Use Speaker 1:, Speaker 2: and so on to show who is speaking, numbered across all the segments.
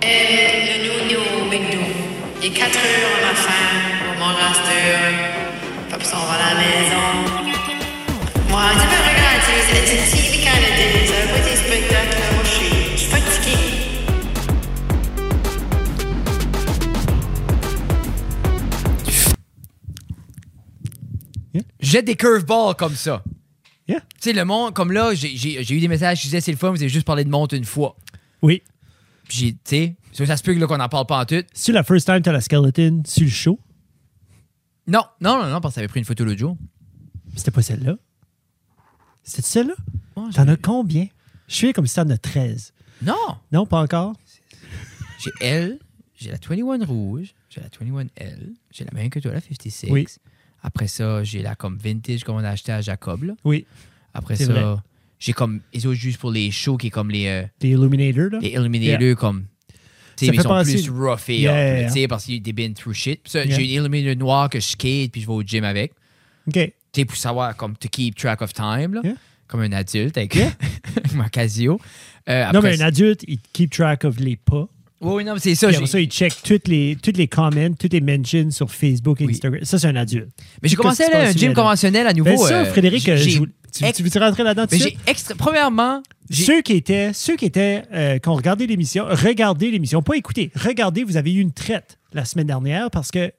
Speaker 1: Elle, le nounou au McDo. Il est 4 heures à la fin, au Montrasteur. Pops, on va à la maison. Moi, tu me regardes, tu sais, c'est une TV canadienne, ça veut pas des spectacles, moi je suis- je suis fatiguée.
Speaker 2: Jette des curveballs comme ça.
Speaker 3: Yeah.
Speaker 2: Tu sais, le monde, comme là, j'ai- j'ai j'ai eu des messages qui disaient c'est le fun, vous avez juste parlé de montre une fois.
Speaker 3: Oui.
Speaker 2: Puis j'ai, tu sais, ça ça se peut que là, qu'on en parle pas en tout.
Speaker 3: C'est la first time que t'as la skeleton sur le show.
Speaker 2: Non, non, non, non, parce que t'avais pris une photo l'autre jour.
Speaker 3: C'était pas celle-là. C'était celle-là?
Speaker 2: Ouais,
Speaker 3: T'en
Speaker 2: j'ai-
Speaker 3: as combien? Je suis comme si t'en as 13.
Speaker 2: Non!
Speaker 3: Non, pas encore.
Speaker 2: J'ai L, j'ai la 21 rouge, j'ai la 21L, j'ai la même que toi, la 56.
Speaker 3: Oui.
Speaker 2: Après ça, j'ai la comme vintage comme on a acheté à Jacob. Là.
Speaker 3: Oui.
Speaker 2: Après
Speaker 3: C'est
Speaker 2: ça,
Speaker 3: vrai.
Speaker 2: j'ai comme les autres juste pour les shows qui est comme les, euh,
Speaker 3: Des Illuminators, là.
Speaker 2: les Illuminators comme. tu sais,
Speaker 3: Ça
Speaker 2: ils
Speaker 3: fait
Speaker 2: sont
Speaker 3: penser-
Speaker 2: plus rough et
Speaker 3: Yeah,
Speaker 2: up,
Speaker 3: yeah,
Speaker 2: là,
Speaker 3: yeah.
Speaker 2: tu sais, parce qu'ils ont been through shit. Puis ça,
Speaker 3: Yeah.
Speaker 2: J'ai une Illuminator noire que je skate puis je vais au gym avec.
Speaker 3: OK.
Speaker 2: Tu sais, pour savoir comme to keep track of time, là,
Speaker 3: Yeah.
Speaker 2: comme un adulte avec, avec ma Casio. Euh,
Speaker 3: non,
Speaker 2: après
Speaker 3: mais un
Speaker 2: ça-
Speaker 3: adulte, il keep track of les pas.
Speaker 2: Oui, oui, non, mais c'est ça.
Speaker 3: Puis
Speaker 2: j'ai-
Speaker 3: après ça, il check toutes les, toutes les comments, toutes les mentions sur Facebook et
Speaker 2: Oui.
Speaker 3: Instagram. Ça, c'est un adulte.
Speaker 2: Mais j'ai
Speaker 3: Qu'est-ce
Speaker 2: commencé
Speaker 3: qui se
Speaker 2: à aller à un
Speaker 3: passe,
Speaker 2: gym
Speaker 3: là-dedans?
Speaker 2: conventionnel à nouveau.
Speaker 3: Ben ça,
Speaker 2: euh,
Speaker 3: Frédéric,
Speaker 2: j'ai-
Speaker 3: euh, je
Speaker 2: j'ai
Speaker 3: vous- tu,
Speaker 2: ex-
Speaker 3: tu veux-tu rentrer là-dedans tout
Speaker 2: mais
Speaker 3: de
Speaker 2: j'ai
Speaker 3: suite?
Speaker 2: extra- Premièrement, j'ai-
Speaker 3: Ceux qui étaient, ceux qui étaient, euh, qui ont regardé l'émission, regardez l'émission, pas écoutez, regardez, vous avez eu une traite la semaine dernière parce que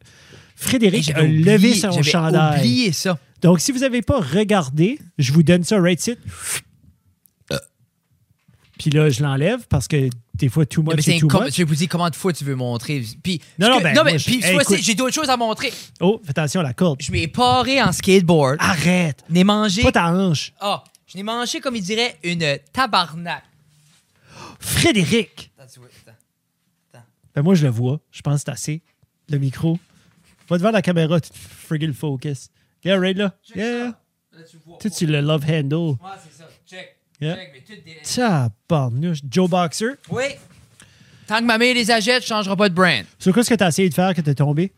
Speaker 3: Frédéric
Speaker 2: j'avais
Speaker 3: a levé
Speaker 2: oublié-
Speaker 3: son
Speaker 2: j'avais
Speaker 3: chandail.
Speaker 2: oublié ça.
Speaker 3: Donc, si vous n'avez pas regardé, je vous donne ça right site.
Speaker 2: Euh.
Speaker 3: Puis là, je l'enlève parce que des fois, too
Speaker 2: Mais
Speaker 3: much,
Speaker 2: c'est
Speaker 3: c'est too
Speaker 2: comme-
Speaker 3: much.
Speaker 2: je vais vous dire combien de fois tu veux montrer. Puis,
Speaker 3: Non,
Speaker 2: ce
Speaker 3: non,
Speaker 2: que-
Speaker 3: ben,
Speaker 2: mais
Speaker 3: moi, je-
Speaker 2: puis,
Speaker 3: hey,
Speaker 2: voici,
Speaker 3: écoute.
Speaker 2: j'ai d'autres choses à montrer.
Speaker 3: Oh, fais attention à la corde.
Speaker 2: Je m'ai paré en skateboard.
Speaker 3: Arrête!
Speaker 2: Je n'ai mangé.
Speaker 3: Ah. Pas ta hanche.
Speaker 2: Ah, je n'ai mangé, comme il dirait, une tabarnak.
Speaker 3: Frédéric!
Speaker 2: Attends, tu vois, attends.
Speaker 3: Ben moi, je le vois. Je pense que c'est assez. Le micro. Va devant la caméra, tu te friggin' le focus. Yeah, right là.
Speaker 2: Check
Speaker 3: Yeah.
Speaker 2: ça. Là, tu vois.
Speaker 3: Tout sur le love handle.
Speaker 2: Ouais, c'est ça. Check.
Speaker 3: Yeah.
Speaker 2: Check, mais tout des-
Speaker 3: Tabarnouche. Joe Boxer.
Speaker 2: Oui. Tant que ma mère les achète, je ne changerai pas de brand.
Speaker 3: Sur quoi est-ce que t'as essayé de faire que t'es tombé?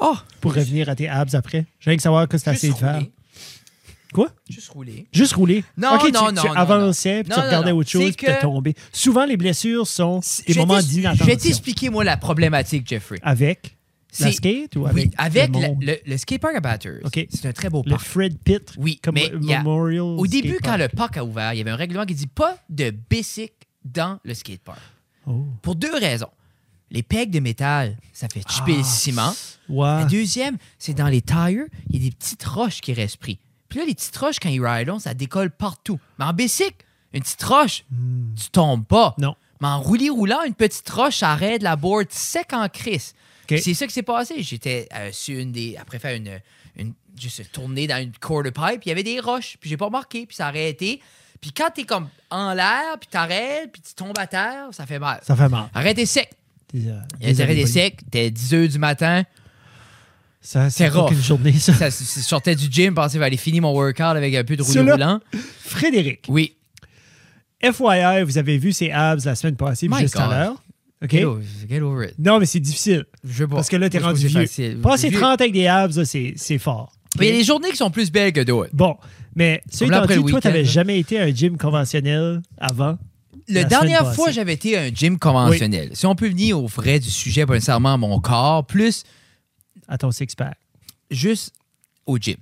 Speaker 2: Oh,
Speaker 3: Pour revenir à tes abs après. J'ai rien que savoir qu'est-ce que t'as essayé de faire. Quoi?
Speaker 2: Juste rouler.
Speaker 3: Juste rouler.
Speaker 2: Non,
Speaker 3: Ok, tu-
Speaker 2: non,
Speaker 3: tu,
Speaker 2: non, non,
Speaker 3: avançais,
Speaker 2: non.
Speaker 3: puis tu
Speaker 2: Non,
Speaker 3: regardais
Speaker 2: non, non.
Speaker 3: autre chose,
Speaker 2: C'est
Speaker 3: puis t'es
Speaker 2: que-
Speaker 3: tombé. Souvent, les blessures sont des
Speaker 2: Je vais
Speaker 3: moments
Speaker 2: t'ex- Je vais
Speaker 3: d'inattention.
Speaker 2: t'expliquer, moi, la problématique, Jeffrey.
Speaker 3: Avec la
Speaker 2: C'est-
Speaker 3: skate ou avec,
Speaker 2: Oui, avec
Speaker 3: le,
Speaker 2: la-
Speaker 3: monde?
Speaker 2: le, le skatepark à Batters.
Speaker 3: OK.
Speaker 2: C'est un très beau
Speaker 3: Le
Speaker 2: parc.
Speaker 3: Fred Pitt
Speaker 2: Oui,
Speaker 3: comme
Speaker 2: mais il y a-
Speaker 3: Memorial
Speaker 2: Au début,
Speaker 3: Skate
Speaker 2: quand
Speaker 3: Park.
Speaker 2: le parc a ouvert, il y avait un règlement qui dit pas de bicycle dans le skatepark.
Speaker 3: Oh.
Speaker 2: Pour deux raisons. Les pegs de métal, ça fait chipper
Speaker 3: Ah.
Speaker 2: le ciment. La
Speaker 3: Ouais.
Speaker 2: deuxième, c'est dans les tires, il y a des petites roches qui restent prises. Puis là, les petites roches, quand ils ride on, ça décolle partout. Mais en bicycle, une petite roche, tu tombes pas.
Speaker 3: Hmm. Non.
Speaker 2: Mais en roulis roulant, une petite roche arrête la board sec en crisse.
Speaker 3: OK.
Speaker 2: C'est ça qui s'est passé. J'étais euh, sur une des. Après faire une, une. Juste tourner dans une quarter pipe, il y avait des roches, puis j'ai pas remarqué, puis ça a arrêté. Puis quand t'es comme en l'air, puis t'arrêtes, puis tu tombes à terre, ça fait mal.
Speaker 3: Ça fait mal.
Speaker 2: Arrêtez sec.
Speaker 3: Des, euh,
Speaker 2: Arrêtez
Speaker 3: années
Speaker 2: arrêtés
Speaker 3: polies.
Speaker 2: sec, t'es 10 h du matin,
Speaker 3: Ça,
Speaker 2: C'est
Speaker 3: c'est
Speaker 2: rough.
Speaker 3: une journée, ça.
Speaker 2: ça, s- s- je sortais du gym, pensais, aller finir mon workout avec un peu de rouleau
Speaker 3: Ceux-là.
Speaker 2: roulant.
Speaker 3: Frédéric,
Speaker 2: Oui.
Speaker 3: FYI, vous avez vu ses abs la semaine passée,
Speaker 2: My
Speaker 3: juste à
Speaker 2: God.
Speaker 3: l'heure. OK?
Speaker 2: Get, over, get over it.
Speaker 3: Non, mais c'est difficile.
Speaker 2: Je veux pas.
Speaker 3: Parce que là, t'es
Speaker 2: Moi, je
Speaker 3: rendu
Speaker 2: trouve
Speaker 3: vieux.
Speaker 2: que c'est facile.
Speaker 3: Passer
Speaker 2: Vieux.
Speaker 3: 30 avec des abs, là, c'est c'est fort.
Speaker 2: Mais il y a des journées qui sont plus belles que d'autres.
Speaker 3: Bon, mais ceux
Speaker 2: Comme là,
Speaker 3: étant
Speaker 2: après
Speaker 3: dit,
Speaker 2: le
Speaker 3: toi,
Speaker 2: week-end,
Speaker 3: t'avais
Speaker 2: là.
Speaker 3: jamais été à un gym conventionnel avant.
Speaker 2: La,
Speaker 3: semaine
Speaker 2: dernière
Speaker 3: passée.
Speaker 2: fois, j'avais été à un gym conventionnel. Si on peut venir au vrai du sujet, pas nécessairement à mon corps, plus
Speaker 3: à ton six-pack.
Speaker 2: juste au gym.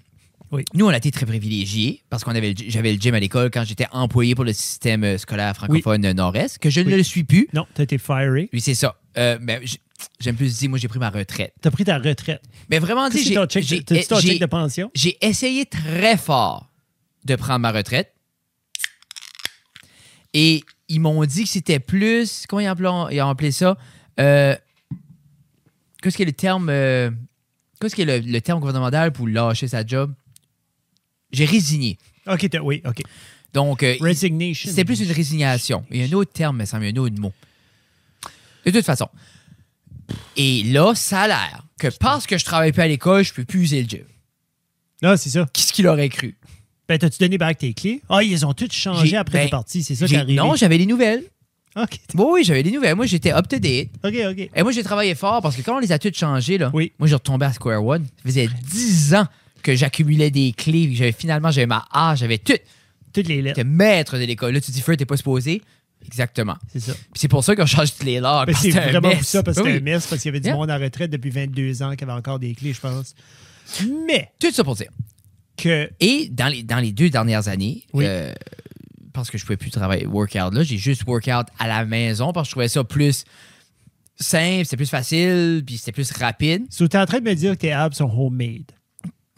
Speaker 3: Oui.
Speaker 2: Nous, on a été très privilégiés parce qu'on avait le gy- j'avais le gym à l'école quand j'étais employé pour le système euh, scolaire francophone nord-est, que je ne
Speaker 3: Oui.
Speaker 2: le suis plus.
Speaker 3: Non, t'as été firé.
Speaker 2: Oui, c'est ça. Euh, mais j- j'aime plus dire, moi, j'ai pris ma retraite.
Speaker 3: T'as pris ta retraite.
Speaker 2: Mais vraiment,
Speaker 3: T'as-tu
Speaker 2: dit, Ah, j'ai-
Speaker 3: ton check
Speaker 2: j'ai-
Speaker 3: t'as-tu ton
Speaker 2: j'ai-
Speaker 3: check de pension?
Speaker 2: j'ai essayé très fort de prendre ma retraite. Et ils m'ont dit que c'était plus. Comment ils ont appelé, ils ont appelé ça? Euh, Qu'est-ce qu'est le terme. euh, Qu'est-ce qu'est le, le terme gouvernemental pour lâcher sa job? J'ai résigné.
Speaker 3: OK, t'as- oui, OK.
Speaker 2: Donc, euh, ils-
Speaker 3: Resignation.
Speaker 2: c'était plus une résignation. Il y a un autre terme, mais ça me semble, il y a un autre mot. De toute façon. Et là, ça a l'air que parce que je travaille plus à l'école, je peux plus user le gym.
Speaker 3: Non, c'est ça.
Speaker 2: Qu'est-ce qu'il aurait cru?
Speaker 3: Ben, t'as-tu donné back tes clés? Ah, ils ont toutes changé
Speaker 2: J'ai-
Speaker 3: après
Speaker 2: ben,
Speaker 3: t'es parti. C'est ça qui
Speaker 2: J'ai-
Speaker 3: est arrivé.
Speaker 2: Non, j'avais les nouvelles.
Speaker 3: OK,
Speaker 2: Bon, oui, j'avais des nouvelles. Moi, j'étais up to date.
Speaker 3: OK, OK.
Speaker 2: Et moi, j'ai travaillé fort parce que quand on les a toutes changées, là,
Speaker 3: Oui.
Speaker 2: moi, j'ai retombé à Square One. Ça faisait 10 ans que j'accumulais des clés. que J'avais Finalement, j'avais ma A, j'avais tout.
Speaker 3: Toutes les lettres.
Speaker 2: J'étais maître de l'école. Là, tu dis, Feu, t'es pas supposé. Exactement.
Speaker 3: C'est ça.
Speaker 2: Puis c'est pour ça qu'on change toutes les locks.
Speaker 3: Mais
Speaker 2: parce
Speaker 3: c'est
Speaker 2: que c'était un
Speaker 3: vraiment
Speaker 2: mess.
Speaker 3: pour ça, parce que
Speaker 2: Ben
Speaker 3: c'était
Speaker 2: oui.
Speaker 3: un mess, parce qu'il y avait du
Speaker 2: Yeah.
Speaker 3: monde en retraite depuis 22 ans qui avait encore des clés, je pense. Mais
Speaker 2: Tout ça pour dire.
Speaker 3: que.
Speaker 2: Et dans les, dans les deux dernières années,
Speaker 3: Oui.
Speaker 2: euh, parce que je pouvais plus travailler workout là, j'ai juste workout à la maison parce que je trouvais ça plus simple, c'était plus facile, puis c'était plus rapide.
Speaker 3: So, t'es en train de me dire que tes abs sont homemade.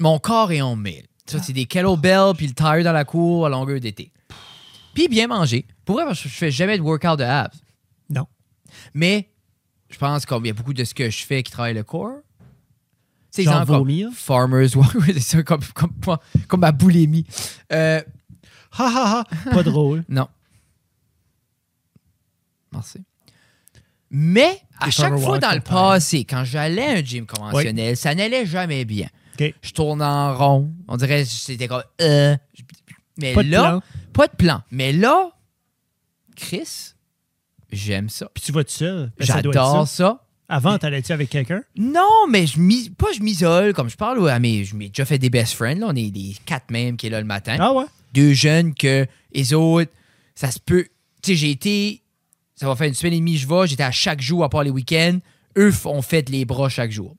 Speaker 2: Mon corps est en mille. Ça, c'est des kettlebells puis le tire dans la cour à longueur d'été. Puis bien manger. Pour vrai, parce que je fais jamais de workout de abs.
Speaker 3: Non.
Speaker 2: Mais je pense qu'il y a beaucoup de ce que je fais qui travaille le corps. C'est
Speaker 3: Genre
Speaker 2: exemple comme
Speaker 3: vomir?
Speaker 2: Farmers Walk, oui, c'est ça, comme, comme, moi, comme ma boulimie. Euh,
Speaker 3: Ha ha ha. Pas drôle.
Speaker 2: non. Merci. Mais à
Speaker 3: Les
Speaker 2: chaque
Speaker 3: Farmer
Speaker 2: fois
Speaker 3: Walk
Speaker 2: dans le
Speaker 3: sont pareils.
Speaker 2: passé, quand j'allais à un gym conventionnel, ça n'allait jamais bien.
Speaker 3: OK.
Speaker 2: Je tourne en rond. On dirait que c'était comme. euh, je- Mais
Speaker 3: Pas de
Speaker 2: là,
Speaker 3: plan.
Speaker 2: pas de plan. Mais là, Chris, j'aime ça.
Speaker 3: Puis tu vas tout seul. Ben, ça doit être
Speaker 2: J'adore
Speaker 3: ça.
Speaker 2: ça.
Speaker 3: Avant, t'allais-tu avec quelqu'un?
Speaker 2: Non, mais je m'is- pas je m'isole comme je parle à mes. Je m'ai déjà fait des best friends. Là, on est des quatre mêmes qui est là le matin.
Speaker 3: Ah ouais?
Speaker 2: Deux jeunes que les autres, ça se peut. Tu sais, j'ai été. Ça va faire une semaine et demie, je vais. J'étais à chaque jour à part les week-ends. Eux f- ont fait les bras chaque jour.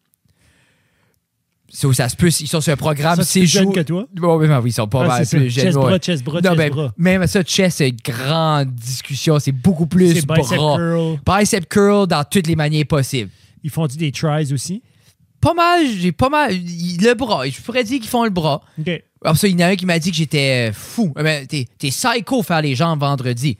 Speaker 2: So, ça se peut, ils sont sur un programme,
Speaker 3: Ça, c'est
Speaker 2: c'est
Speaker 3: plus jeune
Speaker 2: jours-
Speaker 3: que toi?
Speaker 2: Bon, oui, ben oui, ils sont pas
Speaker 3: Ah,
Speaker 2: mal
Speaker 3: c'est
Speaker 2: plus
Speaker 3: ça.
Speaker 2: jeunes.
Speaker 3: Chest bras,
Speaker 2: ouais.
Speaker 3: chest bras,
Speaker 2: Non,
Speaker 3: chest
Speaker 2: ben,
Speaker 3: bras.
Speaker 2: Même ça, chest, c'est une grande discussion. C'est beaucoup plus
Speaker 3: C'est
Speaker 2: bras.
Speaker 3: bicep curl.
Speaker 2: Bicep curl dans toutes les manières possibles.
Speaker 3: Ils font du des tries aussi?
Speaker 2: Pas mal, j'ai pas mal. il- Le bras, je pourrais dire qu'ils font le bras.
Speaker 3: OK.
Speaker 2: Alors ça, il y en a un qui m'a dit que j'étais euh, fou. Ah ben, t'es, t'es psycho faire les jambes vendredi.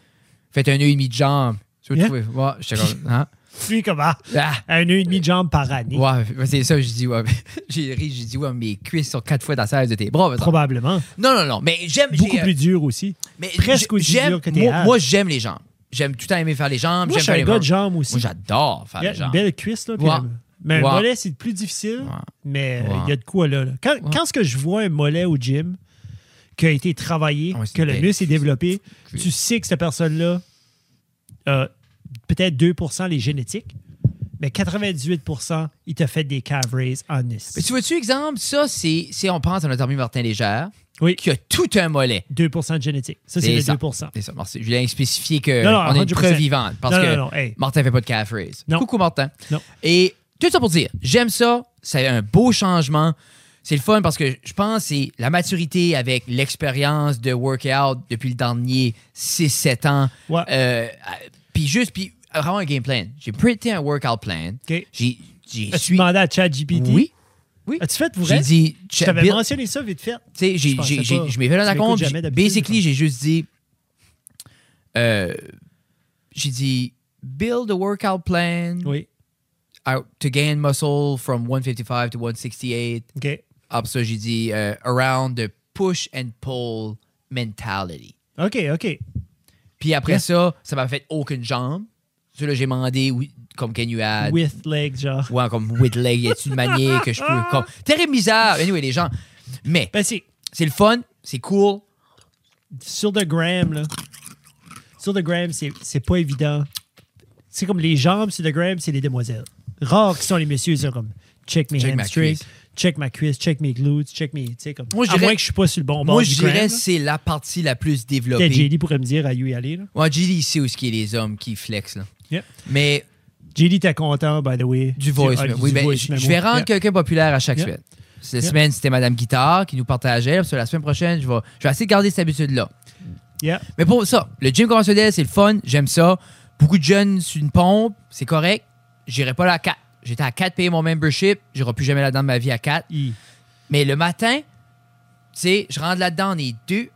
Speaker 2: Faites un œil et demi de jambes. Tu veux
Speaker 3: Yeah.
Speaker 2: trouver- Ouais, j'étais comme, hein?
Speaker 3: Lui, comment?
Speaker 2: Ah,
Speaker 3: Un œil et demi de jambe par année.
Speaker 2: ouais, ouais, c'est ça, j'ai dit, ouais. J'ai ri, j'ai dit, ouais, mes cuisses sont quatre fois dans la size de tes bras. par exemple.
Speaker 3: Probablement.
Speaker 2: Non, non, non, mais j'aime. j'ai,
Speaker 3: Beaucoup
Speaker 2: euh,
Speaker 3: plus dur aussi.
Speaker 2: mais
Speaker 3: presque
Speaker 2: j'ai-
Speaker 3: aussi
Speaker 2: j'aime-
Speaker 3: dur que tes
Speaker 2: Moi,
Speaker 3: abs.
Speaker 2: moi, j'aime les jambes. J'aime tout le temps aimer faire les jambes.
Speaker 3: Moi, je
Speaker 2: j'aime
Speaker 3: suis
Speaker 2: faire les
Speaker 3: un gars de
Speaker 2: membres.
Speaker 3: jambes aussi. ben-
Speaker 2: Moi, j'adore faire
Speaker 3: Il y a
Speaker 2: les
Speaker 3: une
Speaker 2: jambes.
Speaker 3: belle cuisse, là. puis
Speaker 2: Ouais.
Speaker 3: un- Mais
Speaker 2: Ouais.
Speaker 3: un mollet, c'est plus difficile,
Speaker 2: Ouais.
Speaker 3: mais
Speaker 2: Ouais.
Speaker 3: il y a de quoi là. là. Quand, quand ce que je vois un mollet au gym qui a été travaillé,
Speaker 2: Ah ouais, c'est
Speaker 3: que le
Speaker 2: belle
Speaker 3: muscle est développé,
Speaker 2: cuisse.
Speaker 3: tu sais que cette personne-là a peut-être 2 les génétiques, mais 98 il t'a fait des calf raises en
Speaker 2: Mais
Speaker 3: est.
Speaker 2: tu vois-tu, exemple, ça, c'est, c'est on pense à notre ami Martin Légère,
Speaker 3: Oui.
Speaker 2: qui a tout un mollet.
Speaker 3: 2 de génétique. Ça, c'est
Speaker 2: C'est
Speaker 3: le
Speaker 2: ça.
Speaker 3: 2
Speaker 2: C'est ça, merci. Je voulais spécifier que
Speaker 3: Non, non,
Speaker 2: on a une
Speaker 3: 100%.
Speaker 2: preuve vivante parce
Speaker 3: Non,
Speaker 2: que
Speaker 3: non, non, hey.
Speaker 2: Martin fait pas de calf raise.
Speaker 3: Non.
Speaker 2: Coucou Martin.
Speaker 3: Non.
Speaker 2: Et tout ça pour dire, j'aime ça, c'est un beau changement. C'est le fun parce que je pense que c'est la maturité avec l'expérience de workout depuis le dernier 6-7 ans.
Speaker 3: Ouais.
Speaker 2: Euh, puis juste, puis vraiment un game plan. J'ai prêté un workout plan.
Speaker 3: OK.
Speaker 2: J'ai, j'ai
Speaker 3: As-tu
Speaker 2: suis.
Speaker 3: demandé à ChatGPT?
Speaker 2: Oui. Oui.
Speaker 3: As-tu fait, vous
Speaker 2: J'ai dit,
Speaker 3: Je t'avais
Speaker 2: Bill-
Speaker 3: mentionné ça vite fait.
Speaker 2: tu sais, j'ai-
Speaker 3: Je pensais
Speaker 2: j'ai- j'ai-
Speaker 3: pas.
Speaker 2: je m'ai fait
Speaker 3: Tu
Speaker 2: un
Speaker 3: m'écoutes
Speaker 2: compte.
Speaker 3: jamais
Speaker 2: j'ai-
Speaker 3: d'habitude,
Speaker 2: Basically,
Speaker 3: je
Speaker 2: j'ai juste dit. euh, j'ai dit, build a workout plan
Speaker 3: Oui.
Speaker 2: out to gain muscle from 155 to 168.
Speaker 3: OK.
Speaker 2: Après ça, j'ai dit, euh, around the push and pull mentality.
Speaker 3: OK, OK.
Speaker 2: Puis après
Speaker 3: Yeah.
Speaker 2: ça, ça m'a fait aucune jambe. Celui-là, j'ai demandé, oui, comme can you add?
Speaker 3: With legs, genre.
Speaker 2: Ouais, comme with leg, y a-t-il une manière que je peux. Comme, Terre misère! Anyway, les gens. Mais
Speaker 3: Ben, c'est
Speaker 2: c'est le fun, c'est cool.
Speaker 3: sur le gram, là. Sur le gram, c'est c'est pas évident. C'est comme les jambes sur le gram, c'est les demoiselles. Rares qui sont les messieurs, ils sont comme check mes
Speaker 2: Check ma
Speaker 3: hamstrings,
Speaker 2: cuisse.
Speaker 3: check ma cuisse, check mes glutes, check mes. Tu sais, comme.
Speaker 2: Moi, je
Speaker 3: à
Speaker 2: dirais-
Speaker 3: moins que je suis pas sur le bon bord.
Speaker 2: Moi,
Speaker 3: du
Speaker 2: je
Speaker 3: gram,
Speaker 2: dirais
Speaker 3: là.
Speaker 2: c'est la partie la plus
Speaker 3: Peut-être
Speaker 2: développée.
Speaker 3: JD pourrait me dire à you y aller. Là.
Speaker 2: Ouais, JD, il sait où ce qui est les hommes qui flexent. Là.
Speaker 3: Yep.
Speaker 2: Mais
Speaker 3: JD, t'es content, by the way.
Speaker 2: du voice,
Speaker 3: Ah,
Speaker 2: oui,
Speaker 3: du
Speaker 2: ben,
Speaker 3: voice
Speaker 2: je
Speaker 3: memo.
Speaker 2: je vais rendre
Speaker 3: Yeah.
Speaker 2: quelqu'un populaire à chaque
Speaker 3: Yeah.
Speaker 2: semaine. Cette
Speaker 3: Yeah.
Speaker 2: semaine, c'était Madame Guitare qui nous partageait. Sur la semaine prochaine, je vais, je vais essayer de garder cette habitude-là.
Speaker 3: Yeah.
Speaker 2: Mais pour ça, le gym conventionnel, c'est le fun, j'aime ça. Beaucoup de jeunes sur une pompe, c'est correct. J'irai pas là à 4. J'étais à 4 payer mon membership, j'irai plus jamais là-dedans de ma vie à 4.
Speaker 3: I.
Speaker 2: Mais le matin, tu sais, je rentre là-dedans, on est deux.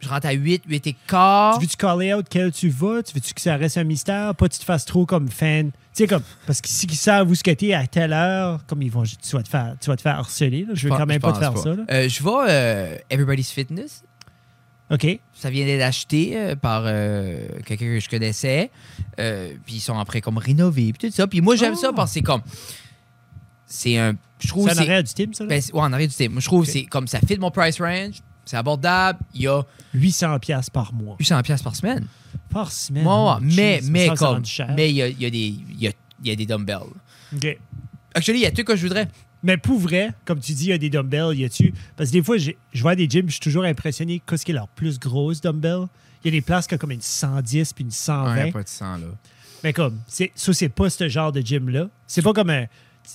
Speaker 2: Je rentre à 8, 8 et quart.
Speaker 3: Tu veux-tu caller out quel tu vas? Tu veux-tu que ça reste un mystère? Pas que tu te fasses trop comme fan. Tu sais, comme, parce que si ils savent où ce que t'es à telle heure, comme ils vont, tu vas te faire, tu vas te faire harceler. là. Je veux
Speaker 2: Pen-
Speaker 3: quand même
Speaker 2: je
Speaker 3: pas te faire
Speaker 2: pense
Speaker 3: ça. là.
Speaker 2: Euh, je vois Everybody's Fitness.
Speaker 3: OK.
Speaker 2: Ça vient d'être acheté euh, par euh, quelqu'un que je connaissais. Euh, puis ils sont après comme rénovés. Puis tout ça. Puis moi, j'aime
Speaker 3: Ah.
Speaker 2: ça parce que c'est comme. C'est un. Je trouve
Speaker 3: Ça
Speaker 2: c'est.
Speaker 3: n'aurait du team, ça? là?
Speaker 2: ben, c'est- ben, ouais, en arrière du thé. Moi, je trouve
Speaker 3: Ok.
Speaker 2: que c'est comme ça fit mon price range. C'est abordable. Il y a
Speaker 3: 800 pièces par mois.
Speaker 2: 800 pièces par semaine.
Speaker 3: Par semaine.
Speaker 2: Ouais, ouais,
Speaker 3: Oh,
Speaker 2: mais,
Speaker 3: Jesus,
Speaker 2: mais
Speaker 3: ça, ça rend
Speaker 2: comme.
Speaker 3: cher.
Speaker 2: Mais il y a, il y a des, il y a- il y a des dumbbells.
Speaker 3: OK.
Speaker 2: Actually, il y a tout que je voudrais.
Speaker 3: Mais pour vrai, comme tu dis, il y a des dumbbells, il y a-tu. Parce que des fois, j'ai- je vois des gyms, je suis toujours impressionné. Qu'est-ce qui est leur plus grosse dumbbell? Il y a des places qui ont comme une 110 puis une 120.
Speaker 2: Ouais, pas de sang, là.
Speaker 3: Mais comme, c'est- ça, c'est pas ce genre de gym-là. C'est pas comme un. Tu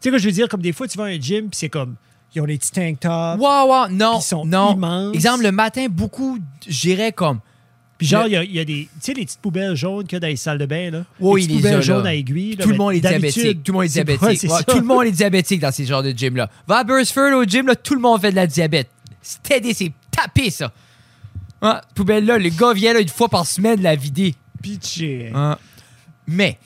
Speaker 3: sais quoi, je veux dire, comme des fois, tu vas à un gym, puis c'est comme. Ils ont les petits tank tops.
Speaker 2: Wow, wow, non.
Speaker 3: Ils sont
Speaker 2: non.
Speaker 3: immenses.
Speaker 2: Exemple, le matin, beaucoup, j'irais comme.
Speaker 3: Puis genre,
Speaker 2: le-
Speaker 3: il y, a, il y a des. Tu sais, les petites poubelles jaunes qu'il y a dans les salles de bain, là.
Speaker 2: Oui,
Speaker 3: les
Speaker 2: les
Speaker 3: petites poubelles
Speaker 2: a, là.
Speaker 3: jaunes à aiguille.
Speaker 2: Tout le monde est diabétique. Tout le monde est diabétique. Ouais, tout le monde est diabétique dans ces genres de gym-là. Va à Burstford au gym, là, tout le monde fait de la diabète. C'était c'est tapé, ça. Hein, poubelle là, le gars vient là, une fois par semaine la vider.
Speaker 3: Pitché.
Speaker 2: Hein. Mais,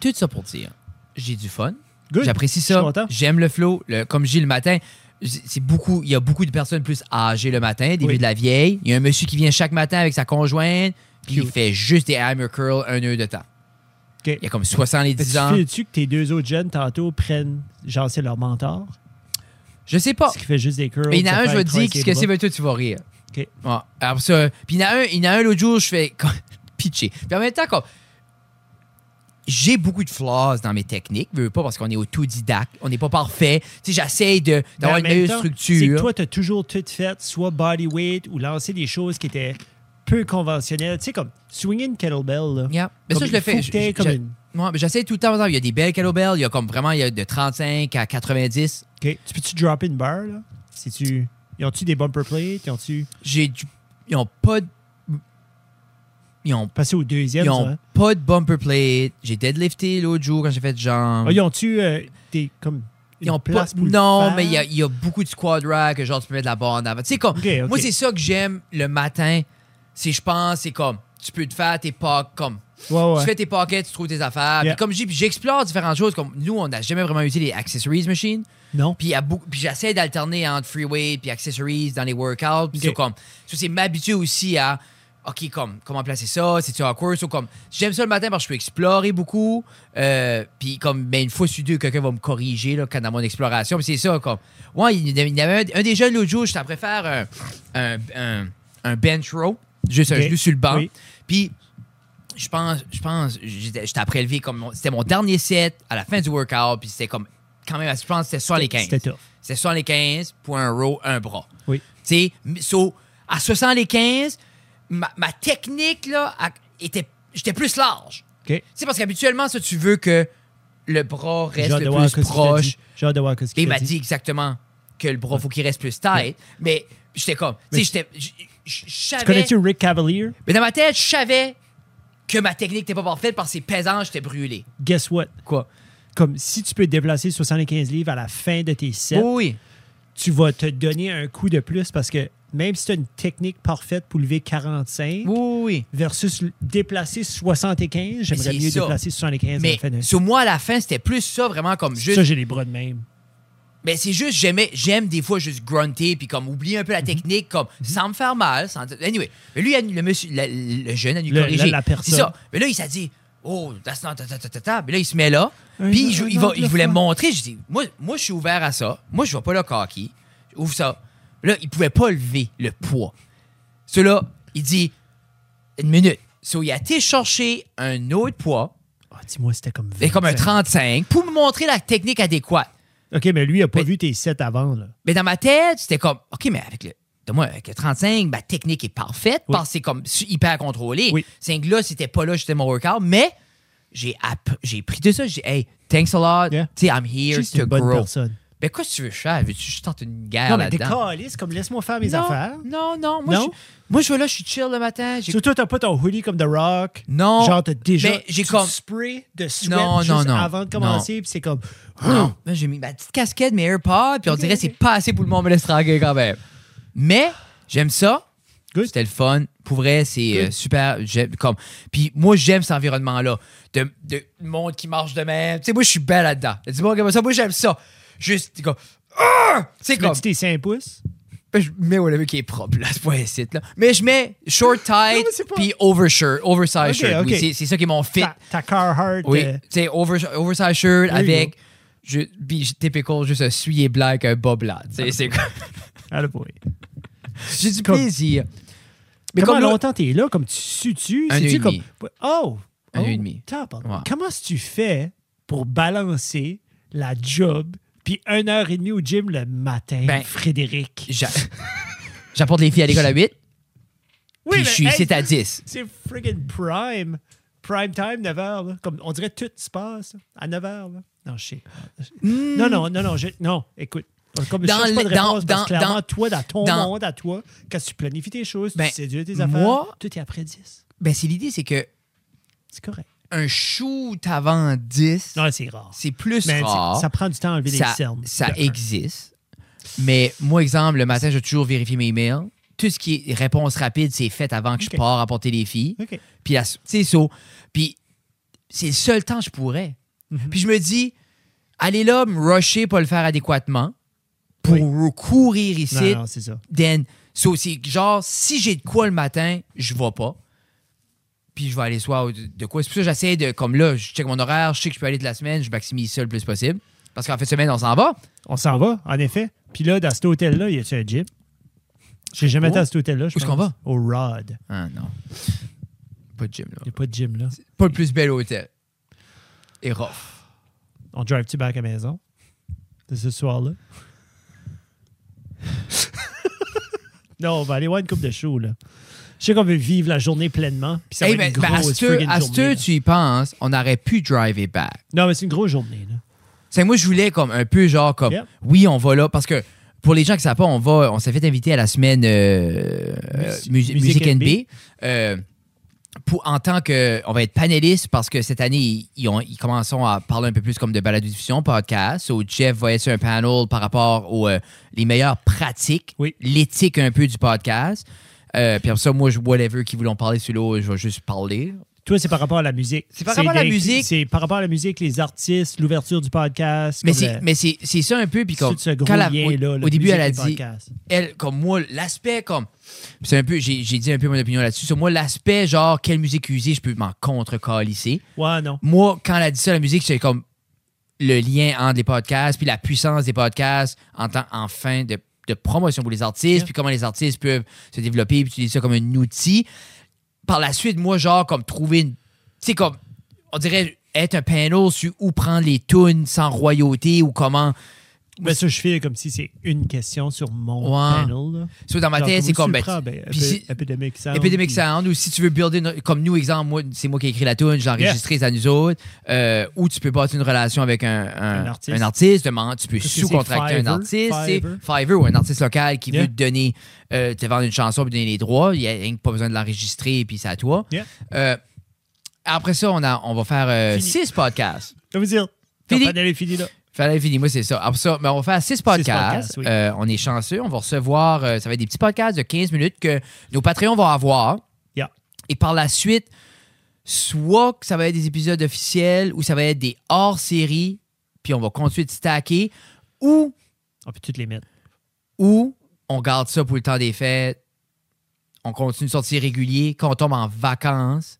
Speaker 2: tout ça pour dire, j'ai du fun.
Speaker 3: Good.
Speaker 2: J'apprécie
Speaker 3: Je suis
Speaker 2: ça.
Speaker 3: content.
Speaker 2: J'aime le flow. Le- comme j'ai le matin, j- c'est beaucoup. Il y a beaucoup de personnes plus âgées le matin, début
Speaker 3: Oui.
Speaker 2: de la vieille. Il y a un monsieur qui vient chaque matin avec sa conjointe, puis il
Speaker 3: Cute.
Speaker 2: fait juste des hammer curls un heure de temps.
Speaker 3: OK.
Speaker 2: Il y a comme 70 ans.
Speaker 3: Tu tu que tes deux autres jeunes, tantôt, prennent. Genre, c'est leur mentor.
Speaker 2: Je sais pas.
Speaker 3: Ce qui fait juste des curls.
Speaker 2: Ah. Mais il y en a
Speaker 3: ça
Speaker 2: un,
Speaker 3: fait
Speaker 2: je vais te dire
Speaker 3: travailler
Speaker 2: qu'est-ce
Speaker 3: ses
Speaker 2: que c'est,
Speaker 3: bras.
Speaker 2: ben toi, tu vas rire.
Speaker 3: OK.
Speaker 2: Ouais. Alors, ça, puis il y en a un, il y en a un l'autre jour, je fais comme- pitcher. Puis en même temps, comme, j'ai beaucoup de flaws dans mes techniques, veux veux pas parce qu'on est autodidacte, on n'est pas parfait. Tu sais, j'essaye de-
Speaker 3: Mais en
Speaker 2: d'avoir une
Speaker 3: même
Speaker 2: meilleure
Speaker 3: temps,
Speaker 2: structure.
Speaker 3: C'est que toi, tu as toujours tout fait, soit bodyweight ou lancer des choses qui étaient peu conventionnelles. Tu sais, comme swinguer une kettlebell. Là.
Speaker 2: Yeah. Mais
Speaker 3: Comme
Speaker 2: ça, je le
Speaker 3: il faut
Speaker 2: fais.
Speaker 3: que t'aies
Speaker 2: Je-
Speaker 3: comme
Speaker 2: je-
Speaker 3: une-
Speaker 2: Ouais, mais j'essaie tout le temps. par exemple, Il y a des belles kettlebells. Il y a comme vraiment il y a de 35 à 90.
Speaker 3: OK. Tu peux-tu dropper une barre? Là? Si tu... Ils ont-tu des bumper plates? Ils ont-tu
Speaker 2: J'ai du- Ils ont pas de... Ils ont,
Speaker 3: passé au deuxième?
Speaker 2: ils
Speaker 3: ça,
Speaker 2: ont
Speaker 3: hein?
Speaker 2: pas de bumper plate. J'ai deadlifté l'autre jour quand j'ai fait de jambes.
Speaker 3: Ah, ils ont-tu euh, des... Comme,
Speaker 2: Ils
Speaker 3: une
Speaker 2: ont
Speaker 3: place
Speaker 2: pas-
Speaker 3: pour le
Speaker 2: non,
Speaker 3: faire?
Speaker 2: mais il y a, il y a beaucoup de squad rack, genre tu peux mettre de la barre en avant. Tu sais, comme,
Speaker 3: Ok, ok.
Speaker 2: moi, c'est ça que j'aime le matin. C'est, je pense, c'est comme, tu peux te faire tes pas comme.
Speaker 3: Ouais, ouais.
Speaker 2: Tu fais tes pockets, tu trouves tes affaires.
Speaker 3: Yeah.
Speaker 2: Puis comme je dis, puis j'explore différentes choses. Comme nous, on n'a jamais vraiment utilisé les accessories machines.
Speaker 3: Non.
Speaker 2: Puis, il y a beaucoup- puis j'essaie d'alterner hein, entre freeway puis accessories dans les workouts. Puis
Speaker 3: Ok.
Speaker 2: ça, comme, ça, c'est m'habituer aussi à, OK, comme, comment placer ça? C'est-tu awkward? So, comme, j'aime ça le matin parce que je peux explorer beaucoup. Euh, puis comme, ben, une fois sur deux, quelqu'un va me corriger là, quand dans mon exploration. Puis c'est ça, comme, ouais, il y en avait- il y en avait un, un des jeunes l'autre jour, j'étais après faire un, un, un, un bench row, juste un
Speaker 3: Ok.
Speaker 2: genou sur le banc.
Speaker 3: Oui.
Speaker 2: Puis je pense, je pense, j'étais j'étais à prélever comme mon- c'était mon dernier set à la fin du workout, puis c'était comme quand même, je pense que c'était 75.
Speaker 3: C'était tough.
Speaker 2: C'était 75 pour un row, un bras.
Speaker 3: Oui.
Speaker 2: Tu sais, m- so, à 75, ma, ma technique, là, a- était, j'étais plus large.
Speaker 3: OK.
Speaker 2: Tu sais, parce qu'habituellement, ça, tu veux que le bras reste
Speaker 3: J'ai hâte de
Speaker 2: le
Speaker 3: voir ce
Speaker 2: plus
Speaker 3: qu'il t'a dit.
Speaker 2: proche.
Speaker 3: J'ai hâte de voir ce
Speaker 2: Et
Speaker 3: qu'il
Speaker 2: il
Speaker 3: t'a
Speaker 2: m'a dit exactement que le bras, faut qu'il reste plus tight. Mais j'étais comme, tu sais, j'étais, j- j- je
Speaker 3: Tu
Speaker 2: savais-
Speaker 3: connais-tu Rick Cavalier?
Speaker 2: mais dans ma tête, je savais que ma technique n'était pas parfaite parce que c'est pesant, j'étais brûlé.
Speaker 3: Guess what?
Speaker 2: Quoi?
Speaker 3: Comme si tu peux te déplacer 75 livres à la fin de tes sets,
Speaker 2: oui.
Speaker 3: tu vas te donner un coup de plus parce que même si tu as une technique parfaite pour lever 45
Speaker 2: Oui, oui, oui.
Speaker 3: versus l- déplacer 75, j'aimerais
Speaker 2: c'est
Speaker 3: mieux
Speaker 2: ça.
Speaker 3: déplacer 75 à la
Speaker 2: Mais
Speaker 3: fin de-
Speaker 2: sur moi, à la fin, c'était plus ça, vraiment comme juste.
Speaker 3: Ça, j'ai les bras de même.
Speaker 2: Mais c'est juste, j'aimais, j'aime des fois juste grunter puis comme oublier un peu
Speaker 3: Mhm.
Speaker 2: la technique, comme sans me faire mal. Sans... Anyway, mais lui, il a- le monsieur, la- le jeune a dû
Speaker 3: Le-
Speaker 2: corriger.
Speaker 3: la- la personne.
Speaker 2: C'est ça. Mais là, il s'est dit, oh, that's not ta ta ta ta ta. Mais là, il se met là.
Speaker 3: Un
Speaker 2: Puis il,
Speaker 3: autre-
Speaker 2: joue-
Speaker 3: un
Speaker 2: il va,
Speaker 3: autre
Speaker 2: il voulait
Speaker 3: fois.
Speaker 2: me montrer. Je dis, moi, moi, je suis ouvert à ça. Moi, je vois pas le cocky. Ouvre ça. Là, il pouvait pas lever le poids. Cela, il dit, une minute. So, il a été chercher un autre poids,
Speaker 3: Ah, Dis-moi, c'était comme
Speaker 2: mais comme un
Speaker 3: 25.
Speaker 2: 35, pour me montrer la technique adéquate.
Speaker 3: OK, mais lui, il n'a pas
Speaker 2: Mais-
Speaker 3: vu tes 7 avant. Là.
Speaker 2: Mais dans ma tête, c'était comme, OK, mais avec le. de Moi, avec le 35, ma technique est parfaite
Speaker 3: Oui.
Speaker 2: parce que c'est comme su- hyper contrôlé.
Speaker 3: Oui.
Speaker 2: C'est que là, c'était pas là, j'étais mon workout, mais j'ai app- j'ai pris tout ça. J'ai dit, hey, thanks a lot.
Speaker 3: Yeah.
Speaker 2: Tu sais, I'm here
Speaker 3: Tu sais, c'est
Speaker 2: to
Speaker 3: une bonne
Speaker 2: grow.
Speaker 3: personne.
Speaker 2: Mais qu'est-ce que tu veux faire? Veux-tu que je tente une guerre
Speaker 3: non, mais t'es
Speaker 2: là-dedans?
Speaker 3: caliste, comme laisse-moi faire mes
Speaker 2: non,
Speaker 3: affaires.
Speaker 2: non, non. Moi,
Speaker 3: Non?
Speaker 2: Je, moi, je vais là, je suis chill le matin. j'ai-
Speaker 3: Surtout, t'as pas ton hoodie comme The Rock.
Speaker 2: Non,
Speaker 3: Genre, t'as déjà
Speaker 2: mais j'ai
Speaker 3: du
Speaker 2: comme-
Speaker 3: spray de sweat
Speaker 2: Non,
Speaker 3: juste
Speaker 2: non, non,
Speaker 3: avant de commencer, puis c'est comme... hein?
Speaker 2: Non. Là, j'ai mis ma petite casquette, mes AirPods, puis on dirait que c'est pas assez pour le monde me laisse tranquille quand même. Mais j'aime ça.
Speaker 3: Good.
Speaker 2: C'était le fun. Pour vrai, c'est euh, super. J'aime- Comme, puis moi, j'aime cet environnement-là. De, de monde qui marche de même. Tu sais, moi, je suis belle là-dedans. Dis-moi comme ça. Moi, j'aime ça. Juste, t'es comme. Ah! Tu sais,
Speaker 3: Tu mets
Speaker 2: comme.
Speaker 3: tes 5 pouces?
Speaker 2: Ben, Je mets whatever qui est propre, là. C'est pas un site, là. Mais je mets short
Speaker 3: mais
Speaker 2: tight,
Speaker 3: c'est pas-
Speaker 2: puis overshirt. Oversized
Speaker 3: Ok,
Speaker 2: shirt. Oui,
Speaker 3: ok. Bah,
Speaker 2: c'est- c'est ça qui est mon fit.
Speaker 3: Ta, ta Carhartt...
Speaker 2: Oui,
Speaker 3: euh,
Speaker 2: tu sais, over, oversized shirt
Speaker 3: There you
Speaker 2: avec, je, puis typical, juste un soulier blanc avec un bas blanc. Tu sais, c'est comme-
Speaker 3: Ah, le boy.
Speaker 2: J'ai du
Speaker 3: Comme-
Speaker 2: plaisir. Mais
Speaker 3: Comment
Speaker 2: comme là-
Speaker 3: longtemps t'es là? Comme tu sues-tu?
Speaker 2: Un an
Speaker 3: C'est-tu
Speaker 2: et
Speaker 3: comme.
Speaker 2: demi.
Speaker 3: Oh!
Speaker 2: Un an et
Speaker 3: Oh,
Speaker 2: demi.
Speaker 3: tabarnak.
Speaker 2: Ouais.
Speaker 3: Comment est-ce que tu fais pour balancer la job puis une heure et demie au gym le matin,
Speaker 2: Ben,
Speaker 3: Frédéric?
Speaker 2: j'a- J'apporte les filles à l'école à 8, puis je suis
Speaker 3: hey,
Speaker 2: ici à 10.
Speaker 3: C'est friggin' prime. Prime time, 9 h. Comme on dirait tout se passe là, à 9 h. Non, je sais. Non, non, non, non. je- non, écoute. Comme je
Speaker 2: Hmm. Dans
Speaker 3: cherche pas de
Speaker 2: le- dans-
Speaker 3: réponse, parce que
Speaker 2: dans-
Speaker 3: clairement,
Speaker 2: dans-
Speaker 3: toi, dans ton
Speaker 2: dans-
Speaker 3: monde, à toi, quand tu planifies tes choses,
Speaker 2: Ben,
Speaker 3: tu séduis tes
Speaker 2: moi-
Speaker 3: affaires, tout est après 10.
Speaker 2: Ben, c'est l'idée, c'est que
Speaker 3: C'est correct.
Speaker 2: un shoot avant 10,
Speaker 3: Non, c'est rare.
Speaker 2: c'est plus
Speaker 3: Mais
Speaker 2: rare.
Speaker 3: c'est- ça prend du temps à enlever les
Speaker 2: ça,
Speaker 3: cernes.
Speaker 2: ça
Speaker 3: De un.
Speaker 2: existe. Mais moi, exemple, le matin, je vais toujours vérifier mes emails. Tout ce qui est réponse rapide, c'est fait avant que
Speaker 3: Ok.
Speaker 2: je pars apporter les filles.
Speaker 3: OK.
Speaker 2: Puis, la- tu sais, so, puis c'est le seul temps que je pourrais.
Speaker 3: Mhm.
Speaker 2: Puis je me dis, aller là, me rusher, pas le faire adéquatement, pour courir ici,
Speaker 3: Non, non, c'est ça.
Speaker 2: then, so, c'est genre, si j'ai de quoi le matin, je vais pas. Puis je vais aller soir ou de de quoi. C'est pour ça que j'essaie de, comme là, je check mon horaire, je sais que je peux aller de la semaine, je maximise ça le plus possible. Parce qu'en fait, semaine, on s'en va.
Speaker 3: On s'en va, en effet. Puis là, dans cet hôtel-là, y a-tu un gym? J'ai jamais
Speaker 2: Oh.
Speaker 3: été à cet hôtel-là. je
Speaker 2: Où est-ce
Speaker 3: pense.
Speaker 2: qu'on va?
Speaker 3: Au Rod.
Speaker 2: Ah non. Pas de gym, là.
Speaker 3: Il n'y a pas de gym, là.
Speaker 2: Pas le plus bel hôtel. Et rough.
Speaker 3: On drive-tu back à la maison? De ce soir-là? non, on va aller voir une coupe de show, là. Je sais qu'on veut vivre la journée pleinement. Puis ça
Speaker 2: Hey,
Speaker 3: va
Speaker 2: ben,
Speaker 3: être une
Speaker 2: ben, à
Speaker 3: grosse
Speaker 2: ce que-
Speaker 3: friggin'
Speaker 2: à ce que
Speaker 3: journée. là.
Speaker 2: tu y penses, on aurait pu driver back.
Speaker 3: Non, mais c'est une grosse journée, là.
Speaker 2: C'est moi, je voulais comme un peu genre comme
Speaker 3: Yep.
Speaker 2: oui, on va là parce que pour les gens qui savent pas, on va, on s'est fait inviter à la semaine euh, euh,
Speaker 3: Musi-
Speaker 2: Musi-
Speaker 3: Musique
Speaker 2: Musique NB.
Speaker 3: NB.
Speaker 2: euh, pour, en tant que, on va être panéliste parce que cette année, ils, ils ont, ils commencent à parler un peu plus comme de balado-diffusion, podcast. So, Jeff va être sur un panel par rapport aux euh, les meilleures pratiques,
Speaker 3: Oui.
Speaker 2: l'éthique un peu du podcast. Euh, puis après ça, moi, je, whatever qui voulons parler sur l'eau, je vais juste parler.
Speaker 3: Toi, c'est par rapport à la musique.
Speaker 2: C'est par rapport à la
Speaker 3: des-
Speaker 2: musique.
Speaker 3: C'est par rapport à la musique, les artistes, l'ouverture du podcast.
Speaker 2: Mais
Speaker 3: comme
Speaker 2: c'est,
Speaker 3: le-
Speaker 2: mais c'est, c'est ça un peu. Puis comme,
Speaker 3: tout ce gros
Speaker 2: quand la-
Speaker 3: lien,
Speaker 2: au,
Speaker 3: là, la
Speaker 2: au début,
Speaker 3: musique
Speaker 2: elle a
Speaker 3: et
Speaker 2: dit,
Speaker 3: podcast.
Speaker 2: elle, comme moi, l'aspect comme. C'est un peu, j'ai, j'ai dit un peu mon opinion là-dessus. Sur moi, l'aspect genre, quelle musique user, je peux m'en contre-calisser.
Speaker 3: Ouais, non.
Speaker 2: Moi, quand elle a dit ça, la musique, c'est comme le lien entre les podcasts, puis la puissance des podcasts en, tant, en fin de, de promotion pour les artistes,
Speaker 3: Yeah.
Speaker 2: puis comment les artistes peuvent se développer, puis utiliser ça comme un outil. Par la suite, moi, genre, comme trouver une. Tu sais, comme, on dirait être un panel sur où prendre les tunes sans royauté ou comment.
Speaker 3: Mais ça, je fais comme si c'est une question sur mon
Speaker 2: Ouais.
Speaker 3: panel. Là.
Speaker 2: Soit dans ma tête, c'est comme. ben, puis si-
Speaker 3: Epidemic Sound.
Speaker 2: Epidemic
Speaker 3: puis-
Speaker 2: Sound, ou si tu veux builder, une- comme nous, exemple, moi, c'est moi qui ai écrit la tune, j'ai enregistré ça à nous autres, euh, ou tu peux bâtir une relation avec un, un-
Speaker 3: Un artiste.
Speaker 2: un artiste, demander- tu peux
Speaker 3: Qu'est-ce que c'est,
Speaker 2: sous-contracter un
Speaker 3: Fiverr?
Speaker 2: artiste, c'est
Speaker 3: Fiverr?
Speaker 2: Fiverr ou un artiste local qui
Speaker 3: Yeah.
Speaker 2: veut te donner, euh, te vendre une chanson et donner les droits, il n'y a rien que pas besoin de l'enregistrer et puis c'est à toi.
Speaker 3: Yeah.
Speaker 2: Euh, après ça, on, a, on va faire euh,
Speaker 3: Fini.
Speaker 2: six podcasts.
Speaker 3: Je veux dire, ton
Speaker 2: Fini.
Speaker 3: panel est fini là.
Speaker 2: Fallait finir, moi, c'est ça. Après ça, ben, on va faire six podcasts.
Speaker 3: podcasts, oui.
Speaker 2: Euh, on est chanceux. On va recevoir, euh, ça va être des petits podcasts de 15 minutes que nos Patreons vont avoir.
Speaker 3: Yeah.
Speaker 2: Et par la suite, soit que ça va être des épisodes officiels ou ça va être des hors-série, puis on va continuer de stacker, ou,
Speaker 3: On peut toutes les mettre.
Speaker 2: ou on garde ça pour le temps des fêtes, on continue de sortir régulier, quand on tombe en vacances,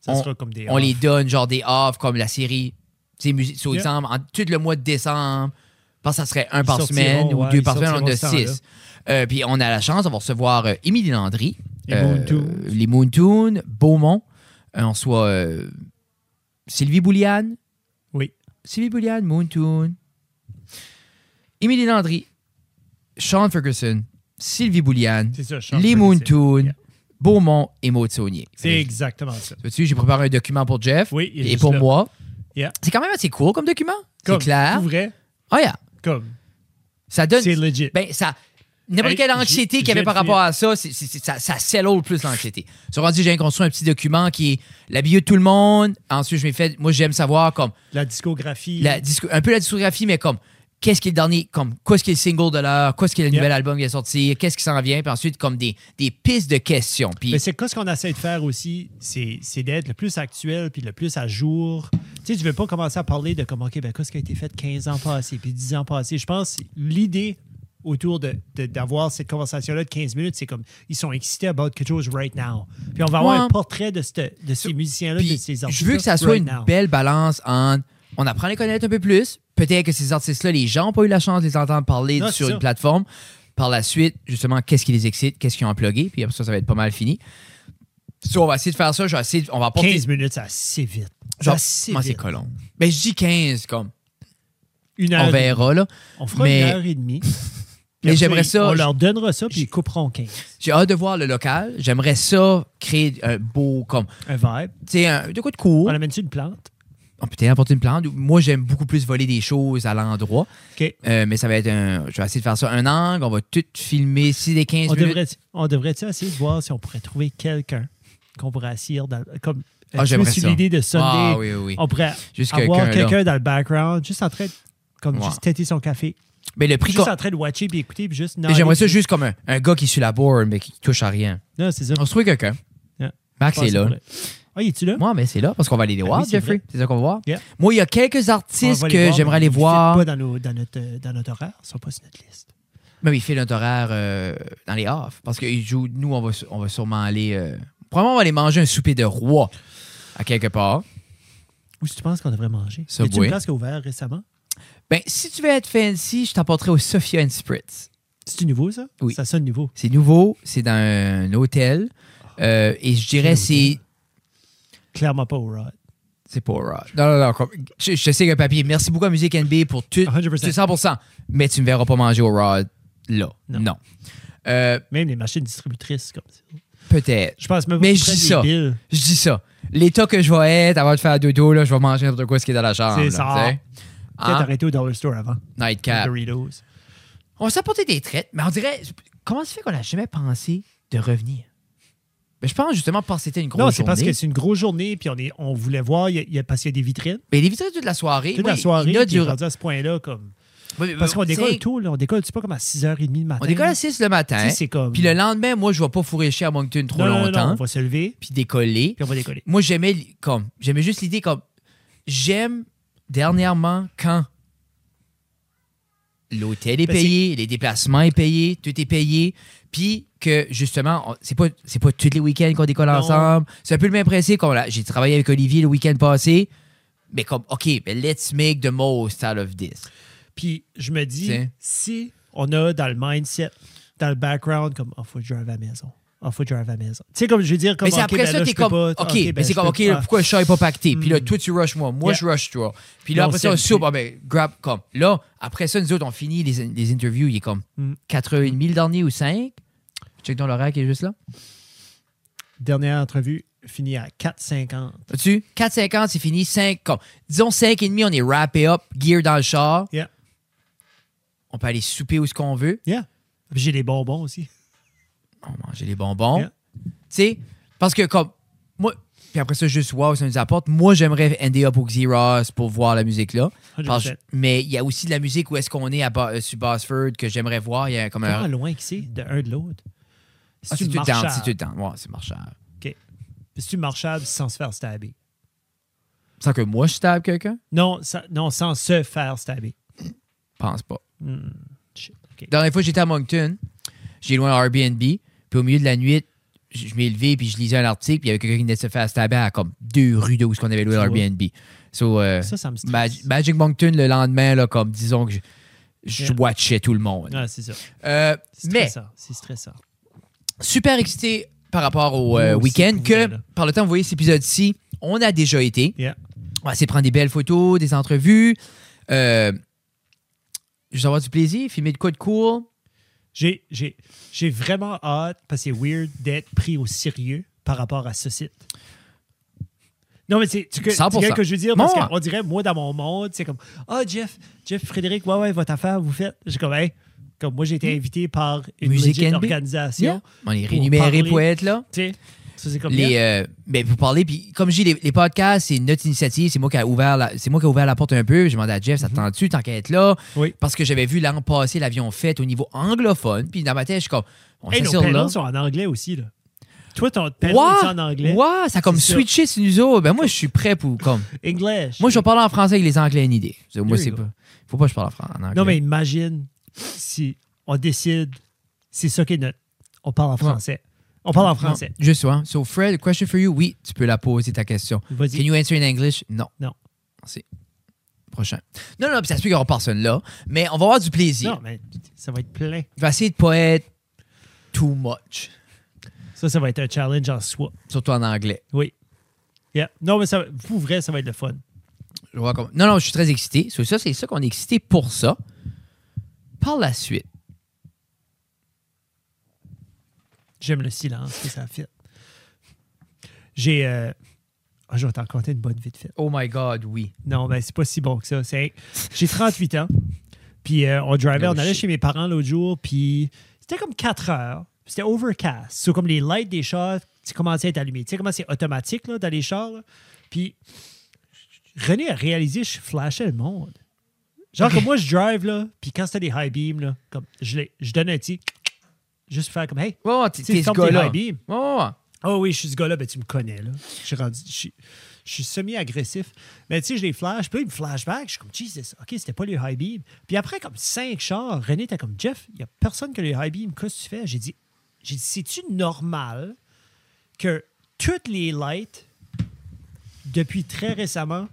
Speaker 3: Ça
Speaker 2: On-
Speaker 3: sera comme des.
Speaker 2: on les
Speaker 3: off.
Speaker 2: donne genre des off comme la série tu sais musique sur
Speaker 3: Yeah.
Speaker 2: exemple en tout le mois de décembre je pense que ça serait un par
Speaker 3: sortiront,
Speaker 2: semaine ou
Speaker 3: ouais,
Speaker 2: deux
Speaker 3: ils
Speaker 2: par semaine on en a
Speaker 3: sortiront ce
Speaker 2: six Euh, puis on a la chance on va recevoir euh, Émilie Landry euh,
Speaker 3: Les Moontoons.
Speaker 2: les Moontoons Beaumont Euh, on soit euh, Sylvie Bouliane
Speaker 3: Oui.
Speaker 2: Sylvie Bouliane Moontoon Émilie Landry Sean Ferguson Sylvie Bouliane
Speaker 3: C'est ça, Charles
Speaker 2: les
Speaker 3: Polizier.
Speaker 2: Moontoons
Speaker 3: Yeah.
Speaker 2: Beaumont et Maud Saunier
Speaker 3: C'est exactement ça.
Speaker 2: Vois-tu, j'ai préparé un document pour Jeff
Speaker 3: Oui, il est
Speaker 2: et
Speaker 3: juste
Speaker 2: pour
Speaker 3: là.
Speaker 2: moi.
Speaker 3: Yeah.
Speaker 2: C'est quand même assez court comme document. C'est
Speaker 3: Comme,
Speaker 2: clair.
Speaker 3: Pour vrai,
Speaker 2: Ah, yeah.
Speaker 3: comme.
Speaker 2: Ça donne.
Speaker 3: C'est legit.
Speaker 2: Ben, ça. N'importe
Speaker 3: Hey,
Speaker 2: quelle
Speaker 3: j'ai-
Speaker 2: anxiété qu'il
Speaker 3: j'ai
Speaker 2: y avait par
Speaker 3: le
Speaker 2: rapport à ça, c'est- c'est- c'est- ça, ça sell-all plus l'anxiété. Sur rendu, j'ai construit un petit document qui est la bio de tout le monde. Ensuite, je m'ai fait. Moi, j'aime savoir comme
Speaker 3: La discographie.
Speaker 2: la disco- un peu la discographie, mais comme qu'est-ce qui est le dernier, comme qu'est-ce qui est le single de l'heure, qu'est-ce qui est le
Speaker 3: Yeah.
Speaker 2: nouvel album qui est sorti, qu'est-ce qui s'en vient, puis ensuite comme des, des pistes de questions. Puis
Speaker 3: Mais c'est quoi ce qu'on essaie de faire aussi, c'est c'est d'être le plus actuel puis le plus à jour. Tu sais, tu veux pas commencer à parler de comme, OK, ben, qu'est-ce qui a été fait 15 ans passés puis 10 ans passés. Je pense que l'idée autour de- de- d'avoir cette conversation-là de 15 minutes, c'est comme, ils sont excités about quelque chose right now. Puis on va avoir
Speaker 2: Ouais.
Speaker 3: un portrait de, cette- de ces musiciens-là, de
Speaker 2: Puis,
Speaker 3: ces artistes
Speaker 2: je veux que ça soit une
Speaker 3: now.
Speaker 2: belle balance entre on apprend à les connaître un peu plus. Peut-être que ces artistes-là, les gens n'ont pas eu la chance de les entendre parler
Speaker 3: Non, c'est
Speaker 2: sur
Speaker 3: ça.
Speaker 2: une plateforme. Par la suite, justement, qu'est-ce qui les excite, qu'est-ce qu'ils ont plugué, puis après ça, ça va être pas mal fini. So, on va essayer de faire ça, je vais essayer de- on va apporter...
Speaker 3: 15 minutes, c'est assez vite. C'est
Speaker 2: Genre,
Speaker 3: assez
Speaker 2: moi, c'est
Speaker 3: vite.
Speaker 2: colon. Ben, je dis 15, comme,
Speaker 3: Une heure.
Speaker 2: on
Speaker 3: et demie.
Speaker 2: verra, là.
Speaker 3: On fera
Speaker 2: mais-
Speaker 3: une heure et demie. Puis
Speaker 2: Mais
Speaker 3: après,
Speaker 2: j'aimerais ça-
Speaker 3: On leur donnera ça, puis ils couperont 15.
Speaker 2: J'ai hâte de voir le local, j'aimerais ça créer un beau, comme,
Speaker 3: Un vibe.
Speaker 2: tu sais, un- de quoi de court.
Speaker 3: On amène-tu une plante?
Speaker 2: On peut apporter une plante. Moi, j'aime beaucoup plus voler des choses à l'endroit.
Speaker 3: OK.
Speaker 2: Euh, mais ça va être un. Je vais essayer de faire ça un angle. On va tout filmer. Si des 15
Speaker 3: On
Speaker 2: minutes.
Speaker 3: devrait, on devrait-tu essayer de voir si on pourrait trouver quelqu'un qu'on pourrait assire dans comme
Speaker 2: Ah, j'aimerais
Speaker 3: sur
Speaker 2: ça.
Speaker 3: l'idée de Sunday,
Speaker 2: Ah oui, oui, oui.
Speaker 3: on pourrait
Speaker 2: Juste
Speaker 3: avoir
Speaker 2: quelqu'un,
Speaker 3: quelqu'un dans le background, juste en train de comme
Speaker 2: Ouais.
Speaker 3: juste têter son café,
Speaker 2: Mais le prix.
Speaker 3: juste
Speaker 2: qu'on-
Speaker 3: en train de watcher puis écouter puis juste non.
Speaker 2: mais J'aimerais ça
Speaker 3: allez,
Speaker 2: juste comme un, un gars qui est sur la board, mais qui touche à rien.
Speaker 3: Non, c'est ça.
Speaker 2: On se trouve quelqu'un.
Speaker 3: Yeah.
Speaker 2: Max est Ah, là.
Speaker 3: Ah, il est tu là
Speaker 2: Moi, mais c'est là parce qu'on va aller les
Speaker 3: Ah
Speaker 2: voir,
Speaker 3: oui, c'est
Speaker 2: Jeffrey.
Speaker 3: vrai.
Speaker 2: C'est ça qu'on va voir.
Speaker 3: Yeah.
Speaker 2: Moi, il y a quelques
Speaker 3: On
Speaker 2: artistes
Speaker 3: va les
Speaker 2: que
Speaker 3: voir,
Speaker 2: j'aimerais
Speaker 3: mais
Speaker 2: aller
Speaker 3: ils
Speaker 2: voir.
Speaker 3: fitent Pas dans, nos- dans notre euh, dans notre horaire, ils sont pas sur notre liste.
Speaker 2: Mais il fait notre horaire euh, dans les off. Parce qu'ils jouent. Nous, on va, su- on va sûrement aller. euh, probablement, on va aller manger un souper de roi à quelque part.
Speaker 3: Ou si tu penses qu'on devrait manger.
Speaker 2: Ça,
Speaker 3: y a-tu une
Speaker 2: oui.
Speaker 3: place qui a ouvert récemment
Speaker 2: Ben, si tu veux être fancy, je t'apporterai au Sophia and Spritz.
Speaker 3: C'est nouveau ça
Speaker 2: Oui.
Speaker 3: Ça sonne nouveau.
Speaker 2: C'est nouveau, c'est dans un hôtel. euh, et je dirais
Speaker 3: Quel
Speaker 2: c'est.
Speaker 3: hôtel? Clairement pas au Rod.
Speaker 2: C'est pas rare. Non, non, non. com- Je, je sais qu'un papier. Merci beaucoup à Musique NB pour tout.
Speaker 3: 100%.
Speaker 2: C'est 100%. Mais tu ne me verras pas manger au Rod là. Non.
Speaker 3: Non.
Speaker 2: Euh,
Speaker 3: Même les machines distributrices comme ça.
Speaker 2: Peut-être.
Speaker 3: Je pense même
Speaker 2: Mais
Speaker 3: qu'on
Speaker 2: je
Speaker 3: prenne
Speaker 2: dis
Speaker 3: les
Speaker 2: ça.
Speaker 3: bills.
Speaker 2: Je dis ça. L'état que je vais être avant de faire dodo, là, je vais manger n'importe quoi ce qui est dans la chambre.
Speaker 3: C'est
Speaker 2: là,
Speaker 3: ça.
Speaker 2: tu sais.
Speaker 3: Peut-être
Speaker 2: Hein?
Speaker 3: arrêter au Dollar Store avant.
Speaker 2: Nightcap.
Speaker 3: Doritos.
Speaker 2: On va s'apporter des traites, mais on dirait. Comment ça fait qu'on n'a jamais pensé de revenir? Ben, je pense justement parce que c'était une grosse
Speaker 3: Non, c'est parce
Speaker 2: journée.
Speaker 3: que c'est une grosse journée, puis on, est, on voulait voir, il y a- il y a- parce qu'il y a des vitrines.
Speaker 2: Mais Ben, les vitrines toute la soirée.
Speaker 3: Toute
Speaker 2: oui,
Speaker 3: la soirée,
Speaker 2: il y en a
Speaker 3: puis
Speaker 2: du-
Speaker 3: rendu à ce point-là, comme.
Speaker 2: Oui, mais-
Speaker 3: Parce qu'on
Speaker 2: tu sais,
Speaker 3: décolle tôt, là. On décolle, tu sais pas, comme à 6h30 le matin.
Speaker 2: On décolle à
Speaker 3: là.
Speaker 2: 6 le matin.
Speaker 3: Tu sais, c'est comme.
Speaker 2: Puis le lendemain, moi, je ne vais pas fourrer chez à Moncton trop
Speaker 3: Non, non, non, non,
Speaker 2: longtemps.
Speaker 3: on va se lever,
Speaker 2: Puis décoller.
Speaker 3: puis on va décoller.
Speaker 2: Moi, j'aimais li- comme j'aimais juste l'idée comme j'aime dernièrement quand l'hôtel est
Speaker 3: Ben, c'est-
Speaker 2: payé, les déplacements est payé, tout est payé, puis que justement on- c'est pas c'est pas tous les week-ends qu'on décolle
Speaker 3: Non.
Speaker 2: ensemble. C'est un peu le même principe. Comme là, j'ai travaillé avec Olivier le week-end passé, mais comme ok, mais let's make the most out of this.
Speaker 3: Puis je me dis,
Speaker 2: Tiens.
Speaker 3: si on a dans le mindset, dans le background, comme, oh, faut que je drive à la maison. Oh, faut que je drive à la maison. Tu sais, comme je veux dire, comme.
Speaker 2: mais c'est
Speaker 3: OK,
Speaker 2: après
Speaker 3: ben
Speaker 2: ça,
Speaker 3: là,
Speaker 2: t'es
Speaker 3: je peux
Speaker 2: comme,
Speaker 3: pas-
Speaker 2: OK,
Speaker 3: ben,
Speaker 2: mais c'est
Speaker 3: je
Speaker 2: comme,
Speaker 3: peux
Speaker 2: OK, là,
Speaker 3: pas. Hmm.
Speaker 2: pourquoi le chat n'est pas pacté? Puis là, toi, tu rushes moi. Moi,
Speaker 3: Yeah.
Speaker 2: je rush toi. Puis là,
Speaker 3: Là, on
Speaker 2: après ça, on
Speaker 3: s'aime
Speaker 2: soupe.
Speaker 3: plus.
Speaker 2: Ah, ben, grab, comme. Là, après ça, nous autres, on finit les, les interviews. Il est comme
Speaker 3: Mm.
Speaker 2: 4h30 le dernier ou 5. Check dans l'horaire qui est juste là.
Speaker 3: Dernière entrevue finie à 4,50.
Speaker 2: As-tu? 4h50, c'est fini. 5, comme. Disons 5h30, on est wrappé up, gear dans le char.
Speaker 3: Yeah.
Speaker 2: On peut aller souper où ce qu'on veut.
Speaker 3: Yeah. Puis J'ai des bonbons aussi.
Speaker 2: On mangeait les bonbons.
Speaker 3: Yeah.
Speaker 2: Tu sais, parce que comme moi, puis après ça, juste wow, ça nous apporte. Moi, j'aimerais end up au Xeros pour voir la musique là.
Speaker 3: 100%.
Speaker 2: Parce- mais il y a aussi de la musique où est-ce qu'on est à Ba- euh, sur Basford que j'aimerais voir. Il y a comme
Speaker 3: Comment
Speaker 2: un.
Speaker 3: loin que c'est de un de l'autre? Si,
Speaker 2: Ah, c'est
Speaker 3: tu
Speaker 2: tout
Speaker 3: marchable,
Speaker 2: dedans, c'est tout dedans. Ouais, c'est marchable.
Speaker 3: si tu marchable sans se faire stabber.
Speaker 2: Sans que moi je stab quelqu'un?
Speaker 3: Non, sa- non sans se faire stabber.
Speaker 2: Pense pas.
Speaker 3: Hmm, shit, ok.
Speaker 2: Dernière fois, j'étais à Moncton, j'ai loin un Airbnb, puis au milieu de la nuit, je je m'ai levé puis je lisais un article, puis il y avait quelqu'un qui venait de se faire stabber à comme deux rues de où ce qu'on avait loué
Speaker 3: Tu vois.
Speaker 2: l'Airbnb. So, euh,
Speaker 3: Ça, ça me stresse.
Speaker 2: Mag- Magic Moncton le lendemain, là, comme disons que je, je
Speaker 3: Yeah.
Speaker 2: watchais tout le monde.
Speaker 3: Ah, c'est ça.
Speaker 2: Euh,
Speaker 3: C'est
Speaker 2: mais
Speaker 3: stressant. C'est stressant.
Speaker 2: super excité par rapport au euh,
Speaker 3: Moi aussi,
Speaker 2: week-end
Speaker 3: pour
Speaker 2: que
Speaker 3: vrai, là.
Speaker 2: par le temps, vous voyez cet épisode-ci, on a déjà été.
Speaker 3: Yeah.
Speaker 2: On va essayer de prendre des belles photos, des entrevues. Euh, juste avoir du plaisir, filmer de quoi de cool.
Speaker 3: J'ai- J'ai j'ai vraiment hâte, parce que c'est weird d'être pris au sérieux par rapport à ce site. Non, mais c'est- tu que- tu
Speaker 2: 100%.
Speaker 3: sais ce que je veux dire? Parce
Speaker 2: Moi.
Speaker 3: qu'on dirait, moi, dans mon monde, c'est comme Ah, Jeff, Jeff, Frédéric, ouais, ouais, votre affaire, vous faites. J'ai comme, hey, comme moi, j'ai été
Speaker 2: Hmm.
Speaker 3: invité par une
Speaker 2: Musique
Speaker 3: legit
Speaker 2: NB.
Speaker 3: organisation.
Speaker 2: On est
Speaker 3: Pour
Speaker 2: rémunérés
Speaker 3: parler.
Speaker 2: pour être là.
Speaker 3: Tu sais, ça, c'est comme bien.
Speaker 2: Les, euh, ben, vous parlez, puis comme je dis, les, les podcasts, c'est notre initiative, c'est moi qui a ouvert la, c'est moi qui a ouvert la porte un peu. J'ai demandé à Jeff, ça te tente-tu, tant qu'à être là?
Speaker 3: Mhm. Oui.
Speaker 2: Parce que j'avais vu l'an passé l'avion fait au niveau anglophone, puis dans ma tête, je suis comme, on
Speaker 3: Hey, nos
Speaker 2: s'assure euh, là.
Speaker 3: panels sont en anglais aussi, là. Toi, ton panel
Speaker 2: Ouah!
Speaker 3: est en anglais.
Speaker 2: Ouah, ça a comme
Speaker 3: C'est ça.
Speaker 2: switché sur nous autres. Ben moi, je suis prêt pour, comme,
Speaker 3: English.
Speaker 2: moi, je vais parler en français avec les Anglais, une idée. C'est-
Speaker 3: There
Speaker 2: Moi, c'est
Speaker 3: you go.
Speaker 2: pas, faut pas que je parle en, fran- en anglais.
Speaker 3: Non, mais imagine si on décide, c'est ça qui est notre. On parle en français. On parle en
Speaker 2: Non,
Speaker 3: français.
Speaker 2: Juste, ouais. So, Fred, question for you. Oui, tu peux la poser, ta question. Can
Speaker 3: Vas-y.
Speaker 2: you answer in English? Non.
Speaker 3: Non.
Speaker 2: Merci. prochain. Non, non, puis ça se peut qu'on personne là, mais on va avoir du plaisir.
Speaker 3: Non, mais ça va être plein.
Speaker 2: Je vais essayer de pas être too much,
Speaker 3: Ça, ça va être un challenge en soi.
Speaker 2: surtout en anglais.
Speaker 3: Oui. Yeah. Non, mais ça, pour vrai, ça va être le fun.
Speaker 2: Je vois comme- Non, non, je suis très excité. C'est ça, c'est ça qu'on est excité pour ça. Par la suite,
Speaker 3: J'aime le silence que ça fait. J'ai. euh, ah, je vais t'en raconter une bonne vite fait.
Speaker 2: oh my God, oui.
Speaker 3: Non, ben, c'est pas si bon que ça. C'est- J'ai 38 ans. Puis euh, on drivait,
Speaker 2: Oh,
Speaker 3: on allait
Speaker 2: shit.
Speaker 3: chez mes parents l'autre jour. Puis c'était comme 4 heures. C'était overcast. C'est comme les lights des chars tu commençaient à être allumés. Tu sais comment c'est automatique là, dans les chars. là? Puis René a réalisé que je flashais le monde. Genre que moi, je drive, là, puis quand c'était des high beams, là, comme, je, les- je donne un petit... Juste pour faire comme, hey,
Speaker 2: Oh, t'es
Speaker 3: Tu sais,
Speaker 2: t'es ce
Speaker 3: comme tes
Speaker 2: gars-là.
Speaker 3: high beams.
Speaker 2: Ouais, ouais, ouais.
Speaker 3: Oh oui, je suis ce gars-là, ben tu me connais, là. Je suis rendu. Je suis, je suis semi-agressif. Mais tu sais, je les flash. Puis là, il me flashback. Je suis comme, Jesus, OK, c'était pas le high beam. Puis après, comme cinq chars, René, t'es comme, Jeff, il y a personne que le high beam. Qu'est-ce que tu fais? J'ai dit, j'ai dit, c'est-tu normal que toutes les lights, depuis très récemment,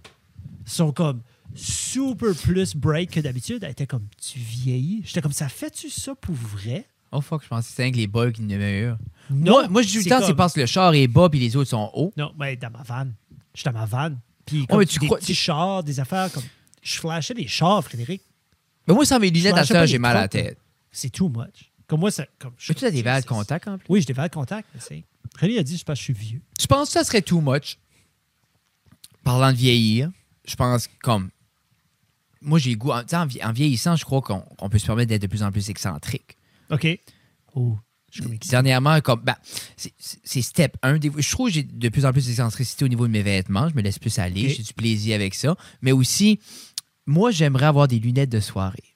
Speaker 3: sont comme super plus bright que d'habitude? Elle était comme, tu vieillis. J'étais comme, ça fait-tu ça pour vrai?
Speaker 2: Oh fuck, je pensais que c'était rien que les bugs qui ne meurent.
Speaker 3: Non,
Speaker 2: moi, moi, je dis tout
Speaker 3: c'est
Speaker 2: le temps, c'est
Speaker 3: comme-
Speaker 2: parce que le char est bas puis les autres sont hauts.
Speaker 3: Non, mais dans ma vanne. Je suis dans ma vanne. Puis
Speaker 2: Oh,
Speaker 3: comme
Speaker 2: mais tu
Speaker 3: des
Speaker 2: crois-
Speaker 3: petits chars, des affaires comme... Je flashais des chars, Frédéric.
Speaker 2: Mais moi, sans mes lunettes à
Speaker 3: flashais pas
Speaker 2: ça,
Speaker 3: les
Speaker 2: j'ai mal à la
Speaker 3: trottes,
Speaker 2: tête.
Speaker 3: C'est too much. Comme moi, ça... Comme, je-
Speaker 2: Mais tu as des
Speaker 3: c'est-
Speaker 2: verres de
Speaker 3: c'est-
Speaker 2: contact en plus.
Speaker 3: Oui, j'ai des verres de contact. mais c'est- René a dit, je pense que je suis vieux.
Speaker 2: Je pense que ça serait too much. Parlant de vieillir, je pense comme. Moi, j'ai le goût. En, tu sais, en vie- en vieillissant, je crois qu'on qu'on peut se permettre d'être de plus en plus excentrique.
Speaker 3: OK. Oh, je suis comme excité.
Speaker 2: Dernièrement, comme. ben, c'est- c'est c'est step 1. Je trouve que j'ai de plus en plus d'excentricité au niveau de mes vêtements. Je me laisse plus aller.
Speaker 3: Ok.
Speaker 2: J'ai du plaisir avec ça. Mais aussi, moi, j'aimerais avoir des lunettes de soirée.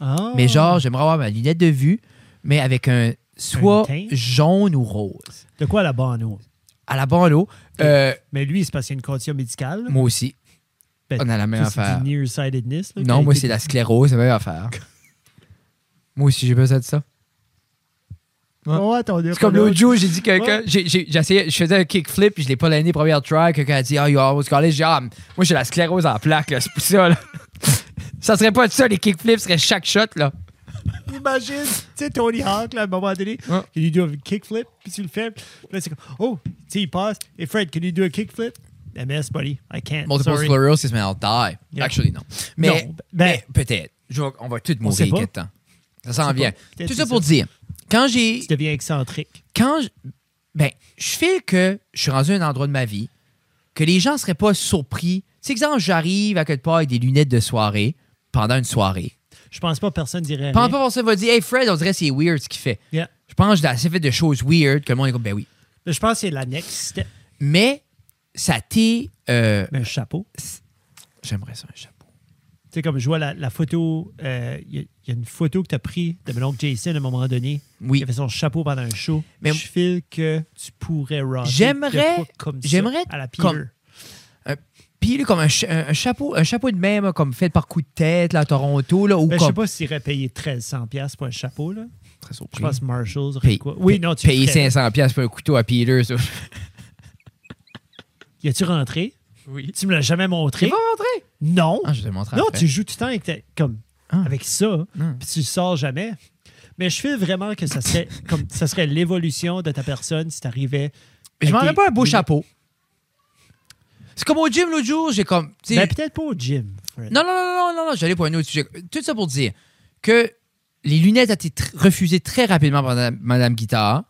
Speaker 3: Ah.
Speaker 2: Mais genre, j'aimerais avoir ma lunette de vue, mais avec un soit
Speaker 3: teint?
Speaker 2: jaune ou rose.
Speaker 3: De quoi là-bas en eau?
Speaker 2: À la bonne eau, euh,
Speaker 3: Mais lui, c'est parce qu'il y a une condition médicale.
Speaker 2: moi aussi.
Speaker 3: Ben,
Speaker 2: on a la même
Speaker 3: ça, c'est
Speaker 2: affaire.
Speaker 3: du nearsightedness. là,
Speaker 2: Non,
Speaker 3: qui-
Speaker 2: moi, c'est la sclérose, c'est la même affaire. moi aussi, j'ai besoin de ça.
Speaker 3: Oh, attendez.
Speaker 2: C'est comme l'autre jour, j'ai dit quelqu'un,
Speaker 3: Ouais.
Speaker 2: j'ai- j'ai- j'essayais- je faisais un kickflip, puis je l'ai pas l'année première try. Quelqu'un a dit, ah, you almost got it. J'ai dit, ah, moi, j'ai la sclérose en plaques, là, c'est pour ça, là. ça serait pas de ça, les kickflips seraient chaque shot, là.
Speaker 3: Imagine, tu sais, Tony Hawk, là, à un moment donné,
Speaker 2: Ouais.
Speaker 3: can you do a kickflip? Puis tu le fais. Puis Là, c'est comme, oh, tu sais, il passe. Hey, Fred, can you do a kickflip? ben, MS, buddy, I can't.
Speaker 2: Multiple
Speaker 3: sorry.
Speaker 2: sclerosis, mais I'll die.
Speaker 3: Yeah.
Speaker 2: Actually, non. Mais,
Speaker 3: Non, ben-
Speaker 2: mais peut-être. Je vais- On va tous
Speaker 3: sait
Speaker 2: mourir
Speaker 3: pas.
Speaker 2: quelque temps. Ça s'en
Speaker 3: sait
Speaker 2: vient.
Speaker 3: pas. Peut-être
Speaker 2: Tout
Speaker 3: c'est
Speaker 2: ça pour
Speaker 3: ça.
Speaker 2: dire, quand j'ai.
Speaker 3: Tu deviens excentrique.
Speaker 2: Quand. je- Ben, je fais que je suis rendu à un endroit de ma vie que les gens seraient pas surpris. C'est exemple, j'arrive à quelque part avec des lunettes de soirée pendant une soirée.
Speaker 3: Je pense pas personne dirait.
Speaker 2: Pendant
Speaker 3: rien.
Speaker 2: pas ça va dire, hey Fred, on dirait que c'est weird ce qu'il fait.
Speaker 3: Yeah.
Speaker 2: Je pense que j'ai assez fait de choses weird que le monde est comme, ben oui.
Speaker 3: Mais Je pense que c'est la next step.
Speaker 2: Mais ça t'est. euh,
Speaker 3: Mais Ben, un chapeau.
Speaker 2: J'aimerais ça, un chapeau.
Speaker 3: Tu sais, comme je vois la, la photo, euh, il y, a- il y a une photo que tu as prise de mon oncle Jason à un moment donné.
Speaker 2: Oui.
Speaker 3: Il avait son chapeau pendant un show.
Speaker 2: Mais-
Speaker 3: je file que tu pourrais rocker.
Speaker 2: J'aimerais-
Speaker 3: de quoi comme ça
Speaker 2: j'aimerais
Speaker 3: À la Peter.
Speaker 2: comme- Puis là, comme un, cha- un- un chapeau, un chapeau de même, là, comme fait par coup de tête, là, à Toronto, là, ou
Speaker 3: Ben, je sais
Speaker 2: comme.
Speaker 3: pas s'il aurait payé 1300$ piastres pour un chapeau, là.
Speaker 2: Très surpris.
Speaker 3: Je pense que Marshalls aurait
Speaker 2: Paye-
Speaker 3: quoi. Oui, non, tu
Speaker 2: Payer
Speaker 3: ferais.
Speaker 2: 500$ piastres pour un couteau à Peters. là.
Speaker 3: Y a-tu rentré?
Speaker 2: Oui.
Speaker 3: Tu me l'as jamais
Speaker 2: Tu
Speaker 3: montré?
Speaker 2: vas rentrer?
Speaker 3: Non.
Speaker 2: Ah, je te le montrerai
Speaker 3: non,
Speaker 2: après.
Speaker 3: tu joues tout le temps avec, ta- comme,
Speaker 2: Ah.
Speaker 3: avec ça,
Speaker 2: Hmm.
Speaker 3: puis tu le sors jamais. Mais je fais vraiment que ça serait comme ça serait l'évolution de ta personne si t'arrivais.
Speaker 2: Je m'en
Speaker 3: avec
Speaker 2: mets
Speaker 3: des-
Speaker 2: pas un beau
Speaker 3: des-
Speaker 2: chapeau. C'est comme au gym l'autre jour, j'ai comme. tu sais-
Speaker 3: Ben, peut-être pas au gym. Fred.
Speaker 2: non, non, non, non, non, non, j'allais pour un autre sujet. Tout ça pour dire que les lunettes ont été tr- refusées très rapidement par Madame, Madame Guitare.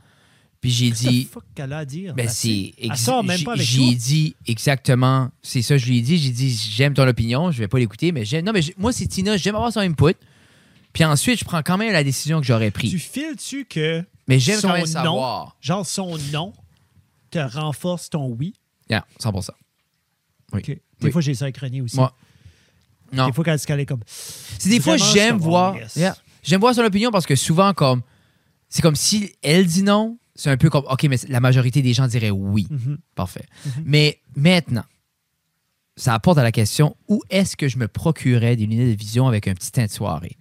Speaker 2: Puis j'ai
Speaker 3: Qu'est-ce que
Speaker 2: dit.
Speaker 3: fuck qu'elle a à dire?
Speaker 2: Ben,
Speaker 3: là-dessus?
Speaker 2: c'est
Speaker 3: Elle
Speaker 2: ex-
Speaker 3: sort même
Speaker 2: j'ai-
Speaker 3: pas avec
Speaker 2: J'ai
Speaker 3: toi.
Speaker 2: dit exactement, c'est ça, je lui ai dit. J'ai dit, j'aime ton opinion, je vais pas l'écouter, mais j'aime. Non, mais j'ai- moi, c'est Tina, j'aime avoir son input. Puis ensuite, je prends quand même la décision que j'aurais
Speaker 3: Tu
Speaker 2: prise.
Speaker 3: files-tu que.
Speaker 2: Mais j'aime
Speaker 3: son
Speaker 2: quand même
Speaker 3: nom,
Speaker 2: savoir.
Speaker 3: Genre, son nom te renforce ton oui.
Speaker 2: Yeah, 100%. Oui.
Speaker 3: Ok. Des
Speaker 2: Oui.
Speaker 3: fois, j'ai ça avec René aussi.
Speaker 2: Moi. Non.
Speaker 3: Des fois, quand elle est comme.
Speaker 2: C'est des fois,
Speaker 3: Vraiment,
Speaker 2: j'aime
Speaker 3: c'est un
Speaker 2: voir.
Speaker 3: bon yes.
Speaker 2: yeah. J'aime voir son opinion parce que souvent, comme. C'est comme si elle dit non, c'est un peu comme. OK, mais la majorité des gens diraient oui.
Speaker 3: Mhm.
Speaker 2: Parfait. Mais maintenant, ça apporte à la question où est-ce que je me procurais des lunettes de vision avec un petit teint de soirée?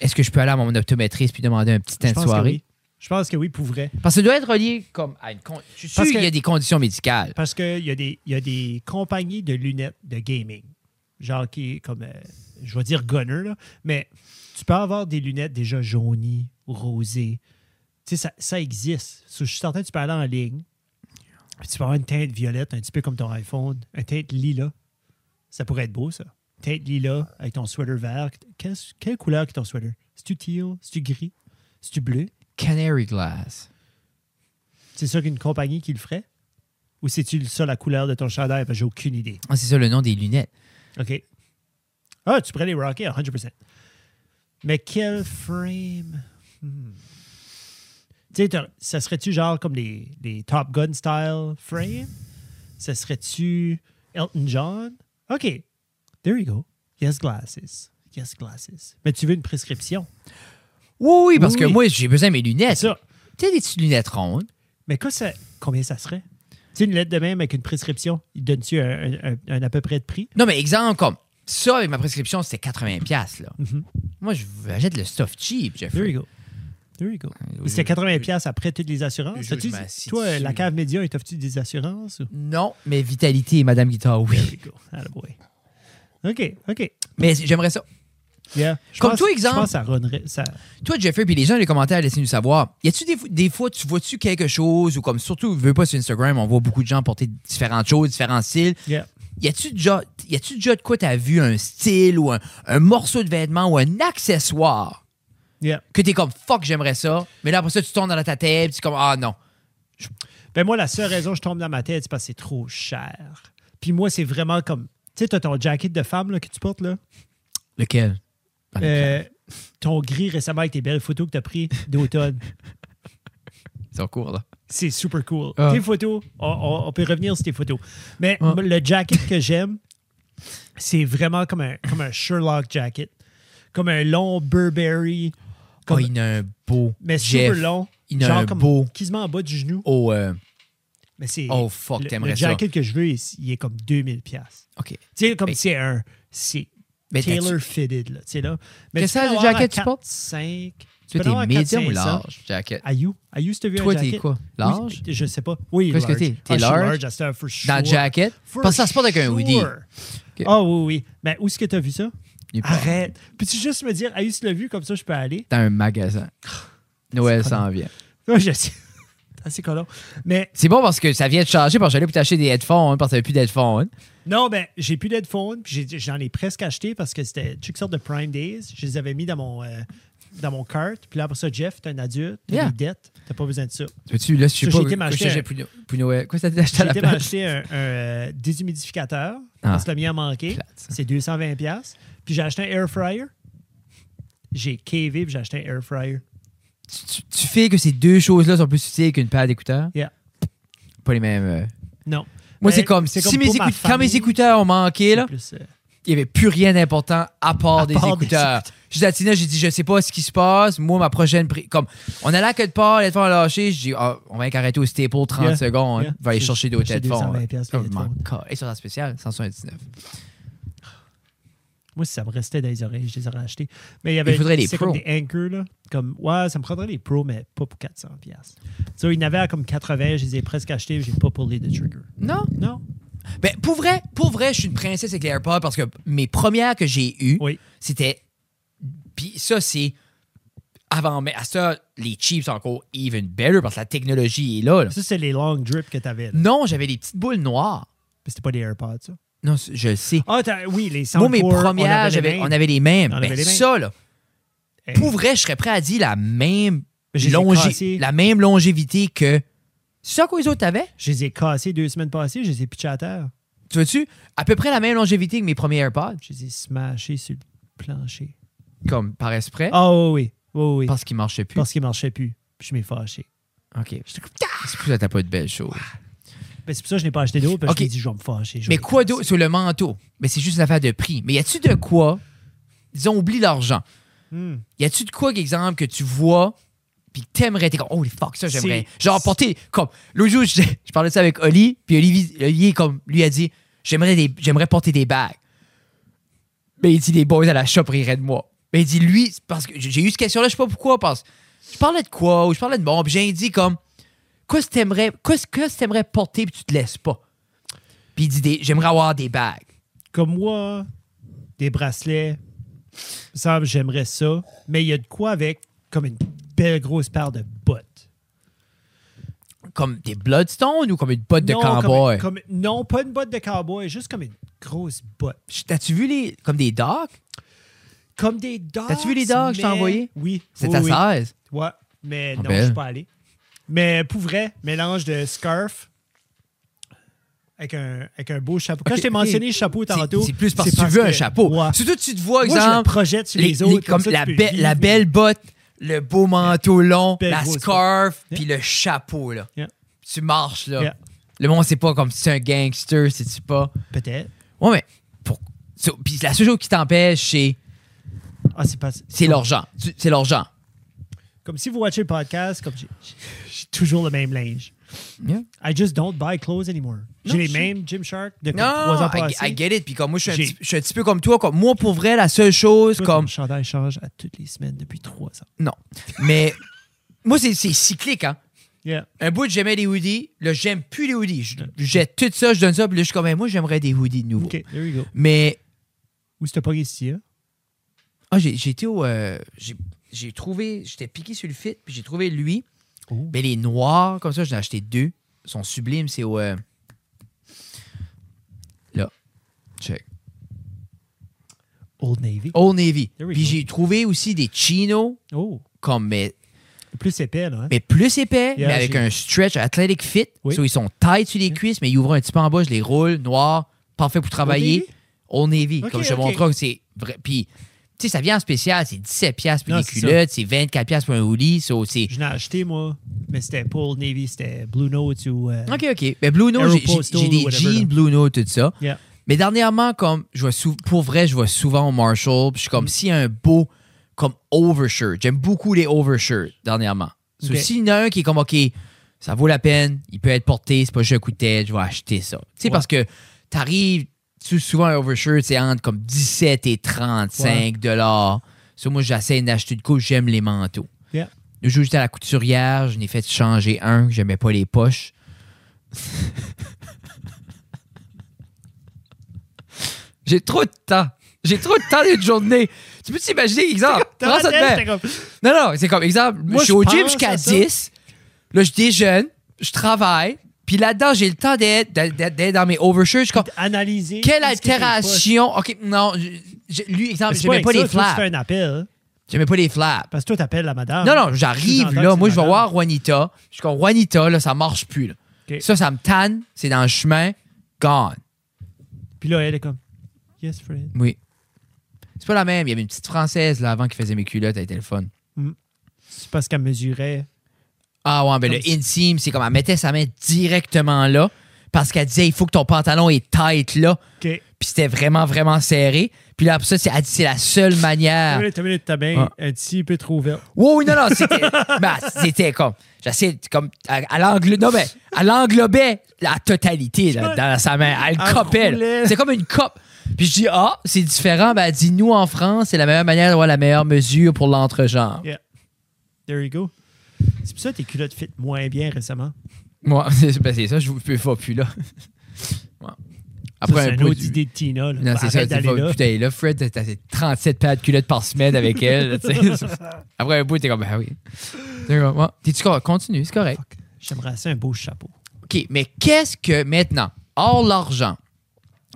Speaker 2: Est-ce que je peux aller à mon optométriste puis demander un petit teint
Speaker 3: Je
Speaker 2: de
Speaker 3: pense que
Speaker 2: soirée?
Speaker 3: oui. Je pense que oui, pour vrai.
Speaker 2: Parce que ça doit être relié comme à une. con- Je suis sûr
Speaker 3: Parce que-
Speaker 2: qu'il y a des conditions médicales.
Speaker 3: Parce qu'il y, a des- il y a des compagnies de lunettes de gaming. genre qui est comme, euh, je vais dire gunner, là, mais tu peux avoir des lunettes déjà jaunies ou rosées. Tu sais, ça, ça existe. So, je suis certain que tu peux aller en ligne, puis tu peux avoir une teinte violette, un petit peu comme ton iPhone, un teinte lilas. Ça pourrait être beau, ça. Teinte lilas avec ton sweater vert. Quelle, quelle couleur est ton sweater? C'est-tu teal? C'est-tu gris? C'est-tu bleu?
Speaker 2: Canary Glass.
Speaker 3: C'est sûr qu'une compagnie qui le ferait? Ou c'est-tu ça la couleur de ton chandail? Parce que j'ai aucune idée.
Speaker 2: Ah, c'est ça le nom des lunettes.
Speaker 3: OK. Ah, tu pourrais les rocker à 100%. Mais quel frame? Hmm. Tu sais, t'as- ça serait-tu genre comme les, les Top Gun style frame? Ça serait-tu Elton John? OK. There you go. Yes, glasses. Yes, glasses. Mais tu veux une prescription?
Speaker 2: Oui, oui, parce que
Speaker 3: Oui.
Speaker 2: moi, j'ai besoin de mes lunettes.
Speaker 3: C'est ça.
Speaker 2: Tu sais, des petites lunettes rondes.
Speaker 3: Mais quoi, ça, combien ça serait? Tu sais, une lettre de même avec une prescription, il donne-tu un, un- un- un à peu près de prix?
Speaker 2: Non, mais exemple, comme ça, avec ma prescription, c'était 80$. Là. Moi, je j'achète le stuff cheap,
Speaker 3: There
Speaker 2: Jeffrey.
Speaker 3: Mhm. you go. There you go.
Speaker 2: Euh,
Speaker 3: C'était
Speaker 2: je-
Speaker 3: 80 pièces après toutes les assurances.
Speaker 2: Je- je
Speaker 3: As-tu-
Speaker 2: m'assis
Speaker 3: toi,
Speaker 2: dessus.
Speaker 3: la cave média, ils t'offrent-tu des assurances? ou-
Speaker 2: Non, mais Vitalité et Madame Guitare,
Speaker 3: There
Speaker 2: oui.
Speaker 3: you go. Attaboy. OK, OK.
Speaker 2: Mais j'aimerais ça.
Speaker 3: Yeah. Je
Speaker 2: Comme
Speaker 3: pense-
Speaker 2: toi, exemple.
Speaker 3: Je pense que ça runnerait. Ça...
Speaker 2: Toi, Jeffrey, puis les gens dans les commentaires, laissez-nous savoir. Y a-tu des, fo- des fois, tu vois-tu quelque chose ou comme surtout, veux pas sur Instagram, on voit beaucoup de gens porter différentes choses, différents styles.
Speaker 3: Yeah.
Speaker 2: Y a-tu déjà, y a-tu déjà de quoi t'as vu un style ou un, un morceau de vêtement ou un accessoire
Speaker 3: Yeah.
Speaker 2: que t'es comme fuck, j'aimerais ça, mais là après ça, tu tournes dans ta tête, puis tu es comme ah non.
Speaker 3: Ben moi, la seule raison que je tombe dans ma tête, c'est parce que c'est trop cher. Puis moi, c'est vraiment comme... Tu sais, t'as ton jacket de femme là, que tu portes, là.
Speaker 2: Lequel Ah, lequel?
Speaker 3: Euh, ton gris récemment avec tes belles photos que t'as prises d'automne.
Speaker 2: C'est en cours, là.
Speaker 3: C'est super cool.
Speaker 2: Ah.
Speaker 3: Tes photos, on, on- on peut revenir sur tes photos. Mais
Speaker 2: Ah.
Speaker 3: m- le jacket que j'aime, c'est vraiment comme un, comme un Sherlock jacket. Comme un long Burberry.
Speaker 2: Comme...
Speaker 3: Comme-
Speaker 2: Oh, il y en a un beau.
Speaker 3: mais
Speaker 2: Jeff,
Speaker 3: super long.
Speaker 2: il y en a
Speaker 3: genre
Speaker 2: un
Speaker 3: comme
Speaker 2: beau.
Speaker 3: quasiment en bas du genou.
Speaker 2: Oh, euh,
Speaker 3: Mais c'est
Speaker 2: Oh, fuck,
Speaker 3: le-
Speaker 2: t'aimerais
Speaker 3: Le
Speaker 2: ça.
Speaker 3: jacket que je veux, il, il est comme 2000 pièces.
Speaker 2: ok.
Speaker 3: Tu sais comme
Speaker 2: Mais-
Speaker 3: c'est un c'est
Speaker 2: Mais t'as-tu-
Speaker 3: tailor fitted là, tu sais là. Mais
Speaker 2: Quelle
Speaker 3: tu peux
Speaker 2: size de
Speaker 3: avoir un
Speaker 2: jacket tu
Speaker 3: 4,
Speaker 2: portes?
Speaker 3: 5.
Speaker 2: Tu
Speaker 3: peux
Speaker 2: t'es
Speaker 3: en avoir un
Speaker 2: médium ou
Speaker 3: 400,
Speaker 2: large, jacket?
Speaker 3: Ayou, Ayou, si t'as vu
Speaker 2: Toi,
Speaker 3: un
Speaker 2: t'es
Speaker 3: jacket?
Speaker 2: quoi? Large?
Speaker 3: Oui, je sais pas. Oui,
Speaker 2: Qu'est-ce que
Speaker 3: large.
Speaker 2: t'es? T'es
Speaker 3: Ah, je suis
Speaker 2: large?
Speaker 3: large? c'est un for sure.
Speaker 2: Dans le jacket?
Speaker 3: For
Speaker 2: Parce que ça se porte avec un
Speaker 3: sure.
Speaker 2: hoodie.
Speaker 3: Ah oui, oui. Mais où est-ce que t'as vu ça?
Speaker 2: Il est pas-
Speaker 3: Arrête. Peux-tu juste me dire, Ayou, si tu l'as vu, comme ça je peux aller?
Speaker 2: Dans un magasin. Noël s'en vient.
Speaker 3: Moi, je sais. Ah, c'est collant. Mais
Speaker 2: C'est bon parce que ça vient de changer parce que j'allais pour t'acheter des headphones parce que t'avais plus d'headphones.
Speaker 3: non, ben, j'ai plus d'headphones, puis j'ai- j'en ai presque acheté parce que c'était toutes sortes de Prime Days. Je les avais mis dans mon, euh, dans mon cart. Puis là, après ça, Jeff, t'es un adulte, t'as
Speaker 2: Yeah.
Speaker 3: des dettes, t'as pas besoin de ça.
Speaker 2: Peux-tu, là, si je sais
Speaker 3: Ça,
Speaker 2: pas,
Speaker 3: j'ai été
Speaker 2: quoi
Speaker 3: m'acheter
Speaker 2: j'achète
Speaker 3: un-
Speaker 2: pour No- pour Noël. Quoi, ça t'as acheté à
Speaker 3: J'ai
Speaker 2: la
Speaker 3: été
Speaker 2: place?
Speaker 3: m'acheter un, un, euh, déshumidificateur
Speaker 2: Ah.
Speaker 3: parce que le mien a manqué.
Speaker 2: Plate, ça.
Speaker 3: C'est 220$. piastres. Puis j'ai acheté un air fryer. J'ai cavé puis j'ai acheté un air fryer.
Speaker 2: Tu, tu, tu fais que ces deux choses-là sont plus utiles qu'une paire d'écouteurs?
Speaker 3: Yeah.
Speaker 2: Pas les mêmes. euh.
Speaker 3: Non.
Speaker 2: Moi,
Speaker 3: Mais
Speaker 2: c'est comme, si mes
Speaker 3: pour ma
Speaker 2: écoute- quand
Speaker 3: famille,
Speaker 2: mes écouteurs ont manqué, là,
Speaker 3: c'est plus, euh,
Speaker 2: il n'y avait plus rien d'important à part
Speaker 3: À
Speaker 2: des
Speaker 3: part des
Speaker 2: écouteurs.
Speaker 3: écouteurs.
Speaker 2: Je dis à Tina, j'ai dit, je sais pas ce qui se passe. Moi, ma prochaine. pri- Comme, on allait à quelque part, les headphones ont lâché. Je dis, Ah, on va arrêter au staple 30
Speaker 3: Yeah,
Speaker 2: secondes.
Speaker 3: yeah.
Speaker 2: On va aller
Speaker 3: J'ai-
Speaker 2: chercher d'autres
Speaker 3: j'ai
Speaker 2: headphones.
Speaker 3: 220 piastres pour les
Speaker 2: Oh,
Speaker 3: headphones.
Speaker 2: mon cas. Et sur la spéciale, 179.
Speaker 3: Moi, si ça me restait dans les oreilles, je les aurais achetés. Mais il y avait
Speaker 2: Il faudrait les
Speaker 3: c'est
Speaker 2: pros.
Speaker 3: comme des anchors, là. Comme, ouais, ça me prendrait les pros, mais pas pour 400$. piastres. Tu vois, il y en avait à comme 80$, je les ai presque achetés, mais j'ai pas pour les de trigger.
Speaker 2: Non?
Speaker 3: Non?
Speaker 2: Ben, pour vrai, pour vrai, je suis une princesse avec les AirPods parce que mes premières que j'ai eues,
Speaker 3: Oui.
Speaker 2: c'était. Puis ça, c'est. Avant, mais à ça, les chips sont encore even better parce que la technologie est là. là.
Speaker 3: Ça, c'est les long drips que t'avais, là. Mais
Speaker 2: Non, j'avais des petites boules noires.
Speaker 3: c'était pas des AirPods, ça.
Speaker 2: Non, c- je le sais.
Speaker 3: Ah, t'as- oui, les
Speaker 2: Moi, mes
Speaker 3: Soundcore, on
Speaker 2: premières,
Speaker 3: avait les
Speaker 2: j'avais-
Speaker 3: mêmes.
Speaker 2: on avait les mêmes.
Speaker 3: On
Speaker 2: Ben,
Speaker 3: avait les mêmes.
Speaker 2: ça, là,
Speaker 3: Hey.
Speaker 2: pour vrai, je serais prêt à dire la même,
Speaker 3: Je les ai
Speaker 2: longé-
Speaker 3: cassés.
Speaker 2: la même longévité que. C'est ça quoi les autres avaient?
Speaker 3: Je les ai cassés deux semaines passées, je les ai pitchés à terre.
Speaker 2: Tu vois-tu? À peu près la même longévité que mes premiers AirPods,
Speaker 3: Je les ai smashés sur le plancher.
Speaker 2: comme par esprit,
Speaker 3: Ah oui, oui, oui, oui. Parce,
Speaker 2: parce qu'ils marchaient plus.
Speaker 3: qu'ils marchaient plus. Puis je m'ai fâché.
Speaker 2: OK. C'est pour ça que t'as pas de belles choses.
Speaker 3: Ben, c'est pour ça que je n'ai pas acheté d'autres, parce
Speaker 2: Ok.
Speaker 3: que je me dit, je vais me fâcher. je
Speaker 2: Mais
Speaker 3: vais
Speaker 2: quoi
Speaker 3: me
Speaker 2: d'autre sur le manteau? Mais c'est juste une affaire de prix. Mais y a-tu de quoi? Disons, oublie l'argent.
Speaker 3: fâcher. Hmm.
Speaker 2: Y a-tu de quoi, exemple, que tu vois puis que t'aimerais, t'es comme, oh, les fuck, ça, j'aimerais. Genre, porter, comme, l'autre jour, je, je parlais de ça avec Oli, puis Olivier, Olivier, comme, lui a dit, j'aimerais des- j'aimerais porter des bagues. Mais il dit, les boys à la shop riraient de moi. Mais il dit, lui, c'est parce que j'ai j'ai eu cette question-là, je sais pas pourquoi, parce que je parlais de quoi, ou je parlais de bon, puis j'ai dit, comme, qu'est-ce que t'aimerais, qu'est-ce que t'aimerais porter puis tu te laisses pas? Puis il dit, des- j'aimerais avoir des bagues.
Speaker 3: Comme moi, des bracelets. Il me semble que j'aimerais ça. Mais il y a de quoi avec comme une belle grosse paire de bottes.
Speaker 2: Comme des Bloodstones ou comme une botte
Speaker 3: Non,
Speaker 2: de
Speaker 3: comme-
Speaker 2: cowboy?
Speaker 3: comme- non, pas une botte de cowboy, juste comme une grosse botte.
Speaker 2: T'as-tu vu les. Comme des docks?
Speaker 3: Comme des dogs.
Speaker 2: T'as-tu vu les dogs que je t'ai
Speaker 3: mais-
Speaker 2: envoyés?
Speaker 3: Oui.
Speaker 2: C'est
Speaker 3: oui,
Speaker 2: ta
Speaker 3: oui.
Speaker 2: 16.
Speaker 3: Ouais, mais
Speaker 2: Ah,
Speaker 3: non,
Speaker 2: belle.
Speaker 3: je suis pas allé. Mais pour vrai, mélange de scarf avec un, avec un beau chapeau. Quand
Speaker 2: Ok,
Speaker 3: je t'ai mentionné
Speaker 2: ok.
Speaker 3: chapeau
Speaker 2: C'est-
Speaker 3: tantôt.
Speaker 2: C'est plus parce que tu veux un chapeau.
Speaker 3: ouais.
Speaker 2: Surtout, tu te vois,
Speaker 3: Moi, je le
Speaker 2: exemple,
Speaker 3: projette sur
Speaker 2: les-
Speaker 3: les,
Speaker 2: les-
Speaker 3: autres.
Speaker 2: comme
Speaker 3: ça,
Speaker 2: la,
Speaker 3: tu peux
Speaker 2: be- la
Speaker 3: vivre.
Speaker 2: belle botte, le beau manteau long,
Speaker 3: Belle
Speaker 2: la
Speaker 3: grosse
Speaker 2: scarf,
Speaker 3: botte.
Speaker 2: puis le chapeau. Là.
Speaker 3: Yeah.
Speaker 2: Tu marches. là.
Speaker 3: Yeah.
Speaker 2: Le monde sait pas comme si c'est un gangster, si tu pas.
Speaker 3: Peut-être.
Speaker 2: Ouais, mais. Pour... so- Puis la seule chose qui t'empêche, c'est
Speaker 3: Ah, c'est pas.
Speaker 2: c'est l'argent. Tu- C'est l'argent.
Speaker 3: Comme si vous watchez le podcast, comme j'ai- j'ai j'ai toujours le même linge.
Speaker 2: Yeah.
Speaker 3: I just don't buy clothes anymore.
Speaker 2: Non,
Speaker 3: J'ai les
Speaker 2: je-
Speaker 3: mêmes Gymshark de comme
Speaker 2: Non,
Speaker 3: trois ans
Speaker 2: I,
Speaker 3: passés.
Speaker 2: I get it. Puis comme moi, je suis, un
Speaker 3: J'ai-
Speaker 2: petit, je suis un petit peu comme toi. Comme moi, pour vrai, la seule chose,
Speaker 3: Toi,
Speaker 2: comme.
Speaker 3: Ton chandail change à toutes les semaines depuis trois ans.
Speaker 2: Non. Mais moi, c'est c'est cyclique, hein.
Speaker 3: Yeah.
Speaker 2: Un bout, j'aimais les hoodies. Là, j'aime plus les hoodies. Je je jette tout ça, je donne ça. Puis là, je suis comme, Hey, moi, j'aimerais des hoodies de nouveau.
Speaker 3: OK, there you go.
Speaker 2: Mais,
Speaker 3: Ou c'était pas ici, hein?
Speaker 2: ah, j'ai j'ai été au. euh, j'ai- j'ai trouvé. J'étais piqué sur le fit, puis j'ai trouvé lui.
Speaker 3: Oh.
Speaker 2: Mais les noirs, comme ça, j'en ai acheté deux. Ils sont sublimes. C'est au. euh, Là. Check.
Speaker 3: Old Navy.
Speaker 2: Old Navy.
Speaker 3: There we
Speaker 2: Puis
Speaker 3: go.
Speaker 2: j'ai trouvé aussi des chinos,
Speaker 3: Oh.
Speaker 2: comme, mais,
Speaker 3: Plus épais, là. Hein?
Speaker 2: mais plus épais,
Speaker 3: Yeah,
Speaker 2: mais avec
Speaker 3: j'ai-
Speaker 2: un stretch athletic fit.
Speaker 3: Oui.
Speaker 2: So, ils sont tight sur les cuisses, mais ils ouvrent un petit peu en bas, je les roule, noir, parfait pour travailler. Au Navy,
Speaker 3: Ok,
Speaker 2: comme je te
Speaker 3: ok.
Speaker 2: montrerai, c'est vrai. Puis, tu sais, ça vient en spécial, c'est 17$ piastres pour
Speaker 3: Non,
Speaker 2: des
Speaker 3: c'est ça.
Speaker 2: culottes, c'est 24$ piastres pour un hoodie. So, c'est...
Speaker 3: Je l'ai acheté, moi, mais c'était pas Old Navy, c'était Blue Note ou. euh,
Speaker 2: OK, OK. Mais Blue Note, j'ai- j'ai
Speaker 3: Aeropostale
Speaker 2: j'ai
Speaker 3: ou
Speaker 2: des
Speaker 3: whatever,
Speaker 2: jeans
Speaker 3: là.
Speaker 2: Blue Note, tout ça.
Speaker 3: Yeah.
Speaker 2: Mais dernièrement, comme je vois sou- pour vrai, je vois souvent au Marshall. puis Je suis
Speaker 3: Mm.
Speaker 2: comme s'il y a un beau comme overshirt. J'aime beaucoup les overshirts dernièrement. So,
Speaker 3: Ok.
Speaker 2: S'il y en a un qui est comme OK, ça vaut la peine, il peut être porté, c'est pas juste un coup de tête, je vais acheter ça. Tu sais,
Speaker 3: Ouais.
Speaker 2: parce que t'arrives, tu souvent un overshirt, c'est entre comme 17 et 35 dollars. So, moi, j'essaie d'acheter de coup, j'aime les manteaux.
Speaker 3: Yeah.
Speaker 2: Le jour où j'étais à la couturière, je n'ai fait changer un, que j'aimais pas les poches. J'ai trop de temps. J'ai trop de temps d'une journée. Tu peux t'imaginer, exemple,
Speaker 3: Dans
Speaker 2: prends
Speaker 3: ma
Speaker 2: ça de
Speaker 3: tête,
Speaker 2: même.
Speaker 3: j'étais comme-
Speaker 2: Non, non, c'est comme, exemple,
Speaker 3: Moi,
Speaker 2: je suis au
Speaker 3: je
Speaker 2: gym
Speaker 3: pense
Speaker 2: jusqu'à
Speaker 3: à ça.
Speaker 2: 10. Là, je déjeune, je travaille. Puis là-dedans, j'ai le temps d'être d'être- d'être dans mes overshirts. Je suis comme,
Speaker 3: Analyser.
Speaker 2: quelle
Speaker 3: est-ce que c'est le poste.
Speaker 2: altération. OK, non, je- je- lui, exemple,
Speaker 3: Mais c'est
Speaker 2: j'aimais
Speaker 3: avec
Speaker 2: pas
Speaker 3: ça, toi,
Speaker 2: les
Speaker 3: Tu
Speaker 2: flaps.
Speaker 3: fais un appel,
Speaker 2: J'aimais pas les flaps.
Speaker 3: parce que toi, t'appelles la madame.
Speaker 2: Non, non,
Speaker 3: Tu
Speaker 2: j'arrive
Speaker 3: t'entends
Speaker 2: là.
Speaker 3: Ah, que
Speaker 2: Moi,
Speaker 3: c'est
Speaker 2: je vais
Speaker 3: madame.
Speaker 2: voir Juanita. Je suis comme Juanita, là, ça marche plus. là.
Speaker 3: OK.
Speaker 2: Ça, ça me tanne. C'est dans le chemin. Gone.
Speaker 3: Puis là, elle est comme. Yes, Fred.
Speaker 2: Oui. C'est pas la même. Il y avait une petite française là avant qui faisait mes culottes à téléphone.
Speaker 3: C'est parce qu'elle mesurait.
Speaker 2: Ah ouais, ben
Speaker 3: Comme
Speaker 2: le
Speaker 3: ça.
Speaker 2: inseam, c'est comme elle mettait sa main directement là parce qu'elle disait il faut que ton pantalon est tight là.
Speaker 3: OK.
Speaker 2: Puis c'était vraiment, vraiment serré. Puis là, pour ça, c'est- elle dit c'est la seule manière.
Speaker 3: T'as mis ta main
Speaker 2: Ah.
Speaker 3: un petit peu trop ouverte.
Speaker 2: Oui, oui, non, non, c'était. ben, c'était comme. J'essaie, de- comme. Elle elle englo- non, mais, elle englobait la totalité là, dans sa main. Elle
Speaker 3: Elle
Speaker 2: copait. là.
Speaker 3: roulait.
Speaker 2: C'est comme une coupe. Puis je dis, ah, c'est différent. Ben, elle dit, nous, en France, c'est la meilleure manière d'avoir la meilleure mesure pour l'entrejambe.
Speaker 3: Yeah. There you go. C'est pour ça que tes culottes fit moins bien récemment.
Speaker 2: Moi, c'est ben, c'est ça, je vous peux pas plus là. Ouais.
Speaker 3: Ça, c'est
Speaker 2: un
Speaker 3: une
Speaker 2: peu
Speaker 3: autre
Speaker 2: du-
Speaker 3: idée de Tina. Là.
Speaker 2: Non, c'est ça,
Speaker 3: Arrête
Speaker 2: tu
Speaker 3: d'aller
Speaker 2: vas,
Speaker 3: là.
Speaker 2: putain, là, Fred, t'as- t'as 37 paires de culottes par semaine avec elle. tu sais. Après un bout, t'es comme, ah oui. T'es comme, ouais. T'es-tu correct? Continue, c'est correct.
Speaker 3: Fuck. J'aimerais assez un beau chapeau.
Speaker 2: OK, mais qu'est-ce que maintenant, hors l'argent,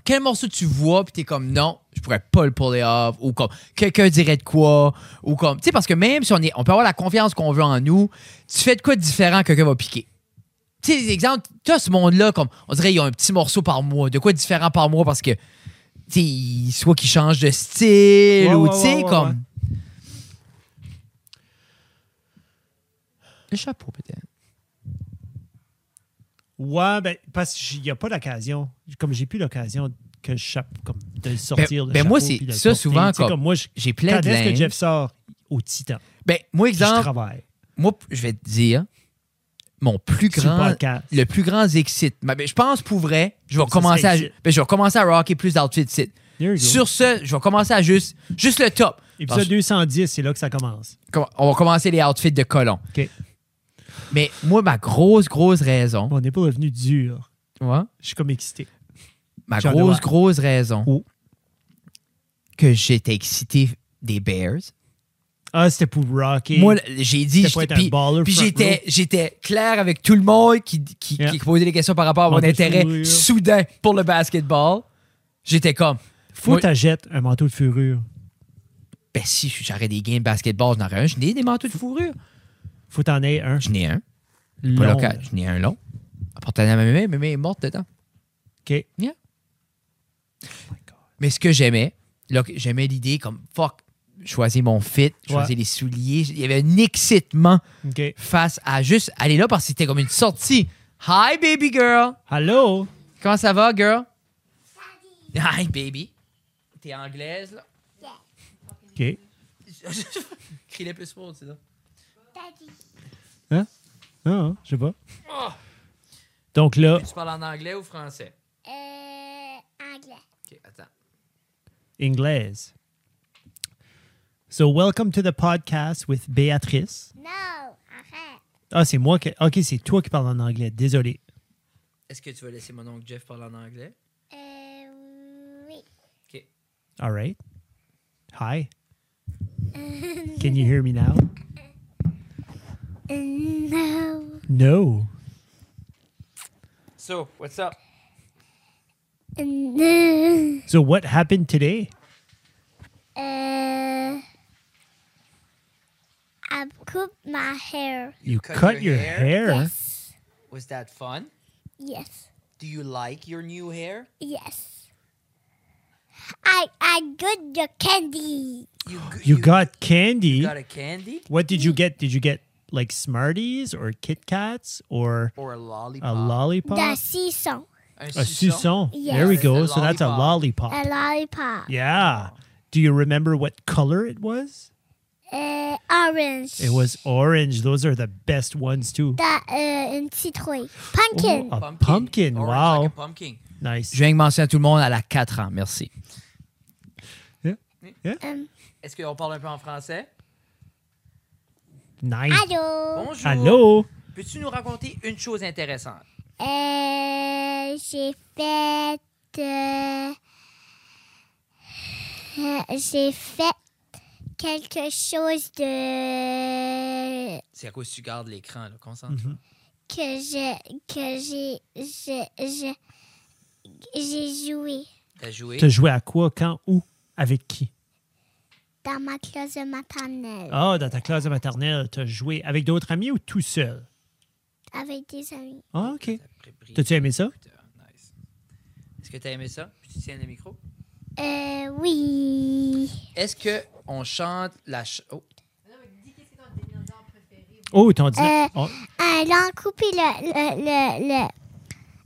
Speaker 2: quel morceau tu vois puis t'es comme non, je pourrais pas le pull off ou comme quelqu'un dirait de quoi ou comme tu sais parce que même si on est on peut avoir la confiance qu'on veut en nous, tu fais de quoi de différent quelqu'un va piquer. Tu sais exemple, tu ce monde là comme on dirait il y a un petit morceau par mois, de quoi de différent par mois parce que tu sais il- soit qu'il change de style ou
Speaker 3: ouais,
Speaker 2: tu sais
Speaker 3: ouais, ouais,
Speaker 2: comme
Speaker 3: ouais.
Speaker 2: le chapeau peut-être.
Speaker 3: Ouais, ben, parce qu'il n'y a pas d'occasion. Comme j'ai plus l'occasion que je chape, comme de le sortir. le
Speaker 2: ben, moi,
Speaker 3: chapeau,
Speaker 2: c'est
Speaker 3: puis de le
Speaker 2: ça
Speaker 3: porter.
Speaker 2: souvent,
Speaker 3: Tu sais,
Speaker 2: comme-
Speaker 3: moi, je,
Speaker 2: J'ai plein
Speaker 3: quand
Speaker 2: de
Speaker 3: est-ce que
Speaker 2: linge.
Speaker 3: Jeff sort au Titan?
Speaker 2: Ben moi
Speaker 3: Puis Je
Speaker 2: exemple,
Speaker 3: travaille.
Speaker 2: moi, p- je vais te dire, mon plus
Speaker 3: Sur le
Speaker 2: grand,
Speaker 3: podcast.
Speaker 2: le plus grand excite. Ben, ben, je pense pour vrai, je vais
Speaker 3: Ça,
Speaker 2: commencer
Speaker 3: c'est
Speaker 2: à,
Speaker 3: excite.
Speaker 2: ben, je vais commencer à rocker plus d'outfits. ici.
Speaker 3: There you go.
Speaker 2: Sur ce, je vais commencer à juste, juste le top.
Speaker 3: Épisode 210, c'est là que ça commence.
Speaker 2: Parce- On va commencer les outfits de colon.
Speaker 3: OK.
Speaker 2: Mais moi, ma grosse, grosse raison,
Speaker 3: Bon, on n'est pas revenu dur.
Speaker 2: tu vois,
Speaker 3: Je suis comme excité.
Speaker 2: ma
Speaker 3: J'en ai
Speaker 2: grosse,
Speaker 3: marre.
Speaker 2: grosse raison,
Speaker 3: Oh.
Speaker 2: que j'étais excité des Bears.
Speaker 3: Ah, c'était pour rocker.
Speaker 2: Moi, j'ai
Speaker 3: C'était
Speaker 2: dit.
Speaker 3: pas
Speaker 2: j'étais-
Speaker 3: être un
Speaker 2: puis-
Speaker 3: baller
Speaker 2: Puis
Speaker 3: front row.
Speaker 2: j'étais, j'étais clair avec tout le monde qui, qui,
Speaker 3: Yeah.
Speaker 2: qui posait des questions par rapport à mon
Speaker 3: Manteau de
Speaker 2: intérêt
Speaker 3: fourrure.
Speaker 2: soudain pour le basketball. J'étais comme,
Speaker 3: Faut
Speaker 2: moi-
Speaker 3: t'achètes un manteau de furure.
Speaker 2: ben si j'aurais des games de basketball, j'en aurais un. Je n'ai des manteaux de fourrure.
Speaker 3: Faut t'en aies un.
Speaker 2: Je n'ai un. Pas
Speaker 3: Long.
Speaker 2: local. Je n'ai un long. Apporté à ma mémé, ma mémé est morte dedans.
Speaker 3: OK.
Speaker 2: Yeah.
Speaker 3: Oh my God.
Speaker 2: Mais ce que j'aimais, là, que j'aimais l'idée comme, fuck, choisir mon fit, choisir
Speaker 3: Ouais.
Speaker 2: les souliers. Il y avait un excitement
Speaker 3: OK.
Speaker 2: face à juste aller là parce que c'était comme une sortie. Hi, baby girl.
Speaker 3: Allô?
Speaker 2: Comment ça va, girl? Hi, baby. T'es anglaise, là?
Speaker 3: OK.
Speaker 2: Crie-les plus fort, c'est ça.
Speaker 3: Hein? Non, non, je sais pas. Donc là,
Speaker 2: Tu parles en anglais ou français?
Speaker 4: Eh,
Speaker 2: OK, attends.
Speaker 3: anglaise. So, welcome to the podcast with Béatrice.
Speaker 4: No, arrête.
Speaker 3: Ah, c'est moi qui. OK, c'est toi qui parles en anglais. Désolé.
Speaker 2: Est-ce que tu veux laisser mon oncle Jeff parler en anglais?
Speaker 4: Euh, oui.
Speaker 2: OK.
Speaker 3: All right. Hi. Can you hear me now?
Speaker 4: No.
Speaker 3: No.
Speaker 2: So, what's up?
Speaker 4: No.
Speaker 3: So, what happened today?
Speaker 4: Euh, I coupe my hair.
Speaker 3: You
Speaker 2: cut
Speaker 3: cut,
Speaker 2: your
Speaker 3: your,
Speaker 2: hair?
Speaker 3: hair?
Speaker 4: Yes.
Speaker 2: Was that fun?
Speaker 4: Yes.
Speaker 2: Do you like your new hair?
Speaker 4: Yes. I I got the candy.
Speaker 2: You, g-
Speaker 3: You, got candy.
Speaker 2: you got a candy
Speaker 3: what did you get? Did you get like Smarties or Kit Kats or
Speaker 2: or a lollipop?
Speaker 4: Uh,
Speaker 3: a lollipop?
Speaker 4: The season.
Speaker 2: Un
Speaker 3: a suçon.
Speaker 4: Yes.
Speaker 3: There we
Speaker 4: It's
Speaker 2: a
Speaker 3: go. So that's a lollipop.
Speaker 4: A lollipop.
Speaker 3: Yeah. Do you remember what color it was?
Speaker 4: Uh, orange.
Speaker 3: It was orange. Those are the best ones too.
Speaker 4: The uh, and citron. Pumpkin.
Speaker 3: Oh, a pumpkin.
Speaker 2: Orange
Speaker 3: Wow.
Speaker 2: like a pumpkin.
Speaker 3: Nice.
Speaker 2: Je viens de mentionner à tout le monde, elle a 4 ans, merci.
Speaker 3: oh.
Speaker 4: Um,
Speaker 2: Est-ce qu'on parle un peu en français?
Speaker 3: Nice.
Speaker 4: hello.
Speaker 2: Bonjour.
Speaker 3: Hello.
Speaker 2: Peux-tu nous raconter une chose intéressante?
Speaker 4: Euh, j'ai fait. euh, euh, j'ai fait quelque chose de.
Speaker 2: C'est à cause que tu gardes l'écran, là. Concentre-toi.
Speaker 3: Mhm.
Speaker 4: que j'ai. que j'ai. je- je- j'ai joué
Speaker 2: T'as joué.
Speaker 3: Tu joué à quoi, quand, où, avec qui?
Speaker 4: dans ma classe de maternelle
Speaker 3: Oh, dans ta classe de maternelle, tu as joué avec d'autres amis ou tout seul?
Speaker 4: avec des amis.
Speaker 3: Ah, OK.
Speaker 2: T'as pris- pris-
Speaker 3: T'as-tu aimé ça?
Speaker 2: Nice. Est-ce que t'as aimé ça? Puis tu tiens le micro.
Speaker 4: Euh, oui.
Speaker 2: Est-ce que on chante la ch- oh.
Speaker 3: Oh, ton dîner.
Speaker 4: Euh,
Speaker 3: Oh,
Speaker 4: Alors, couper le. le. le.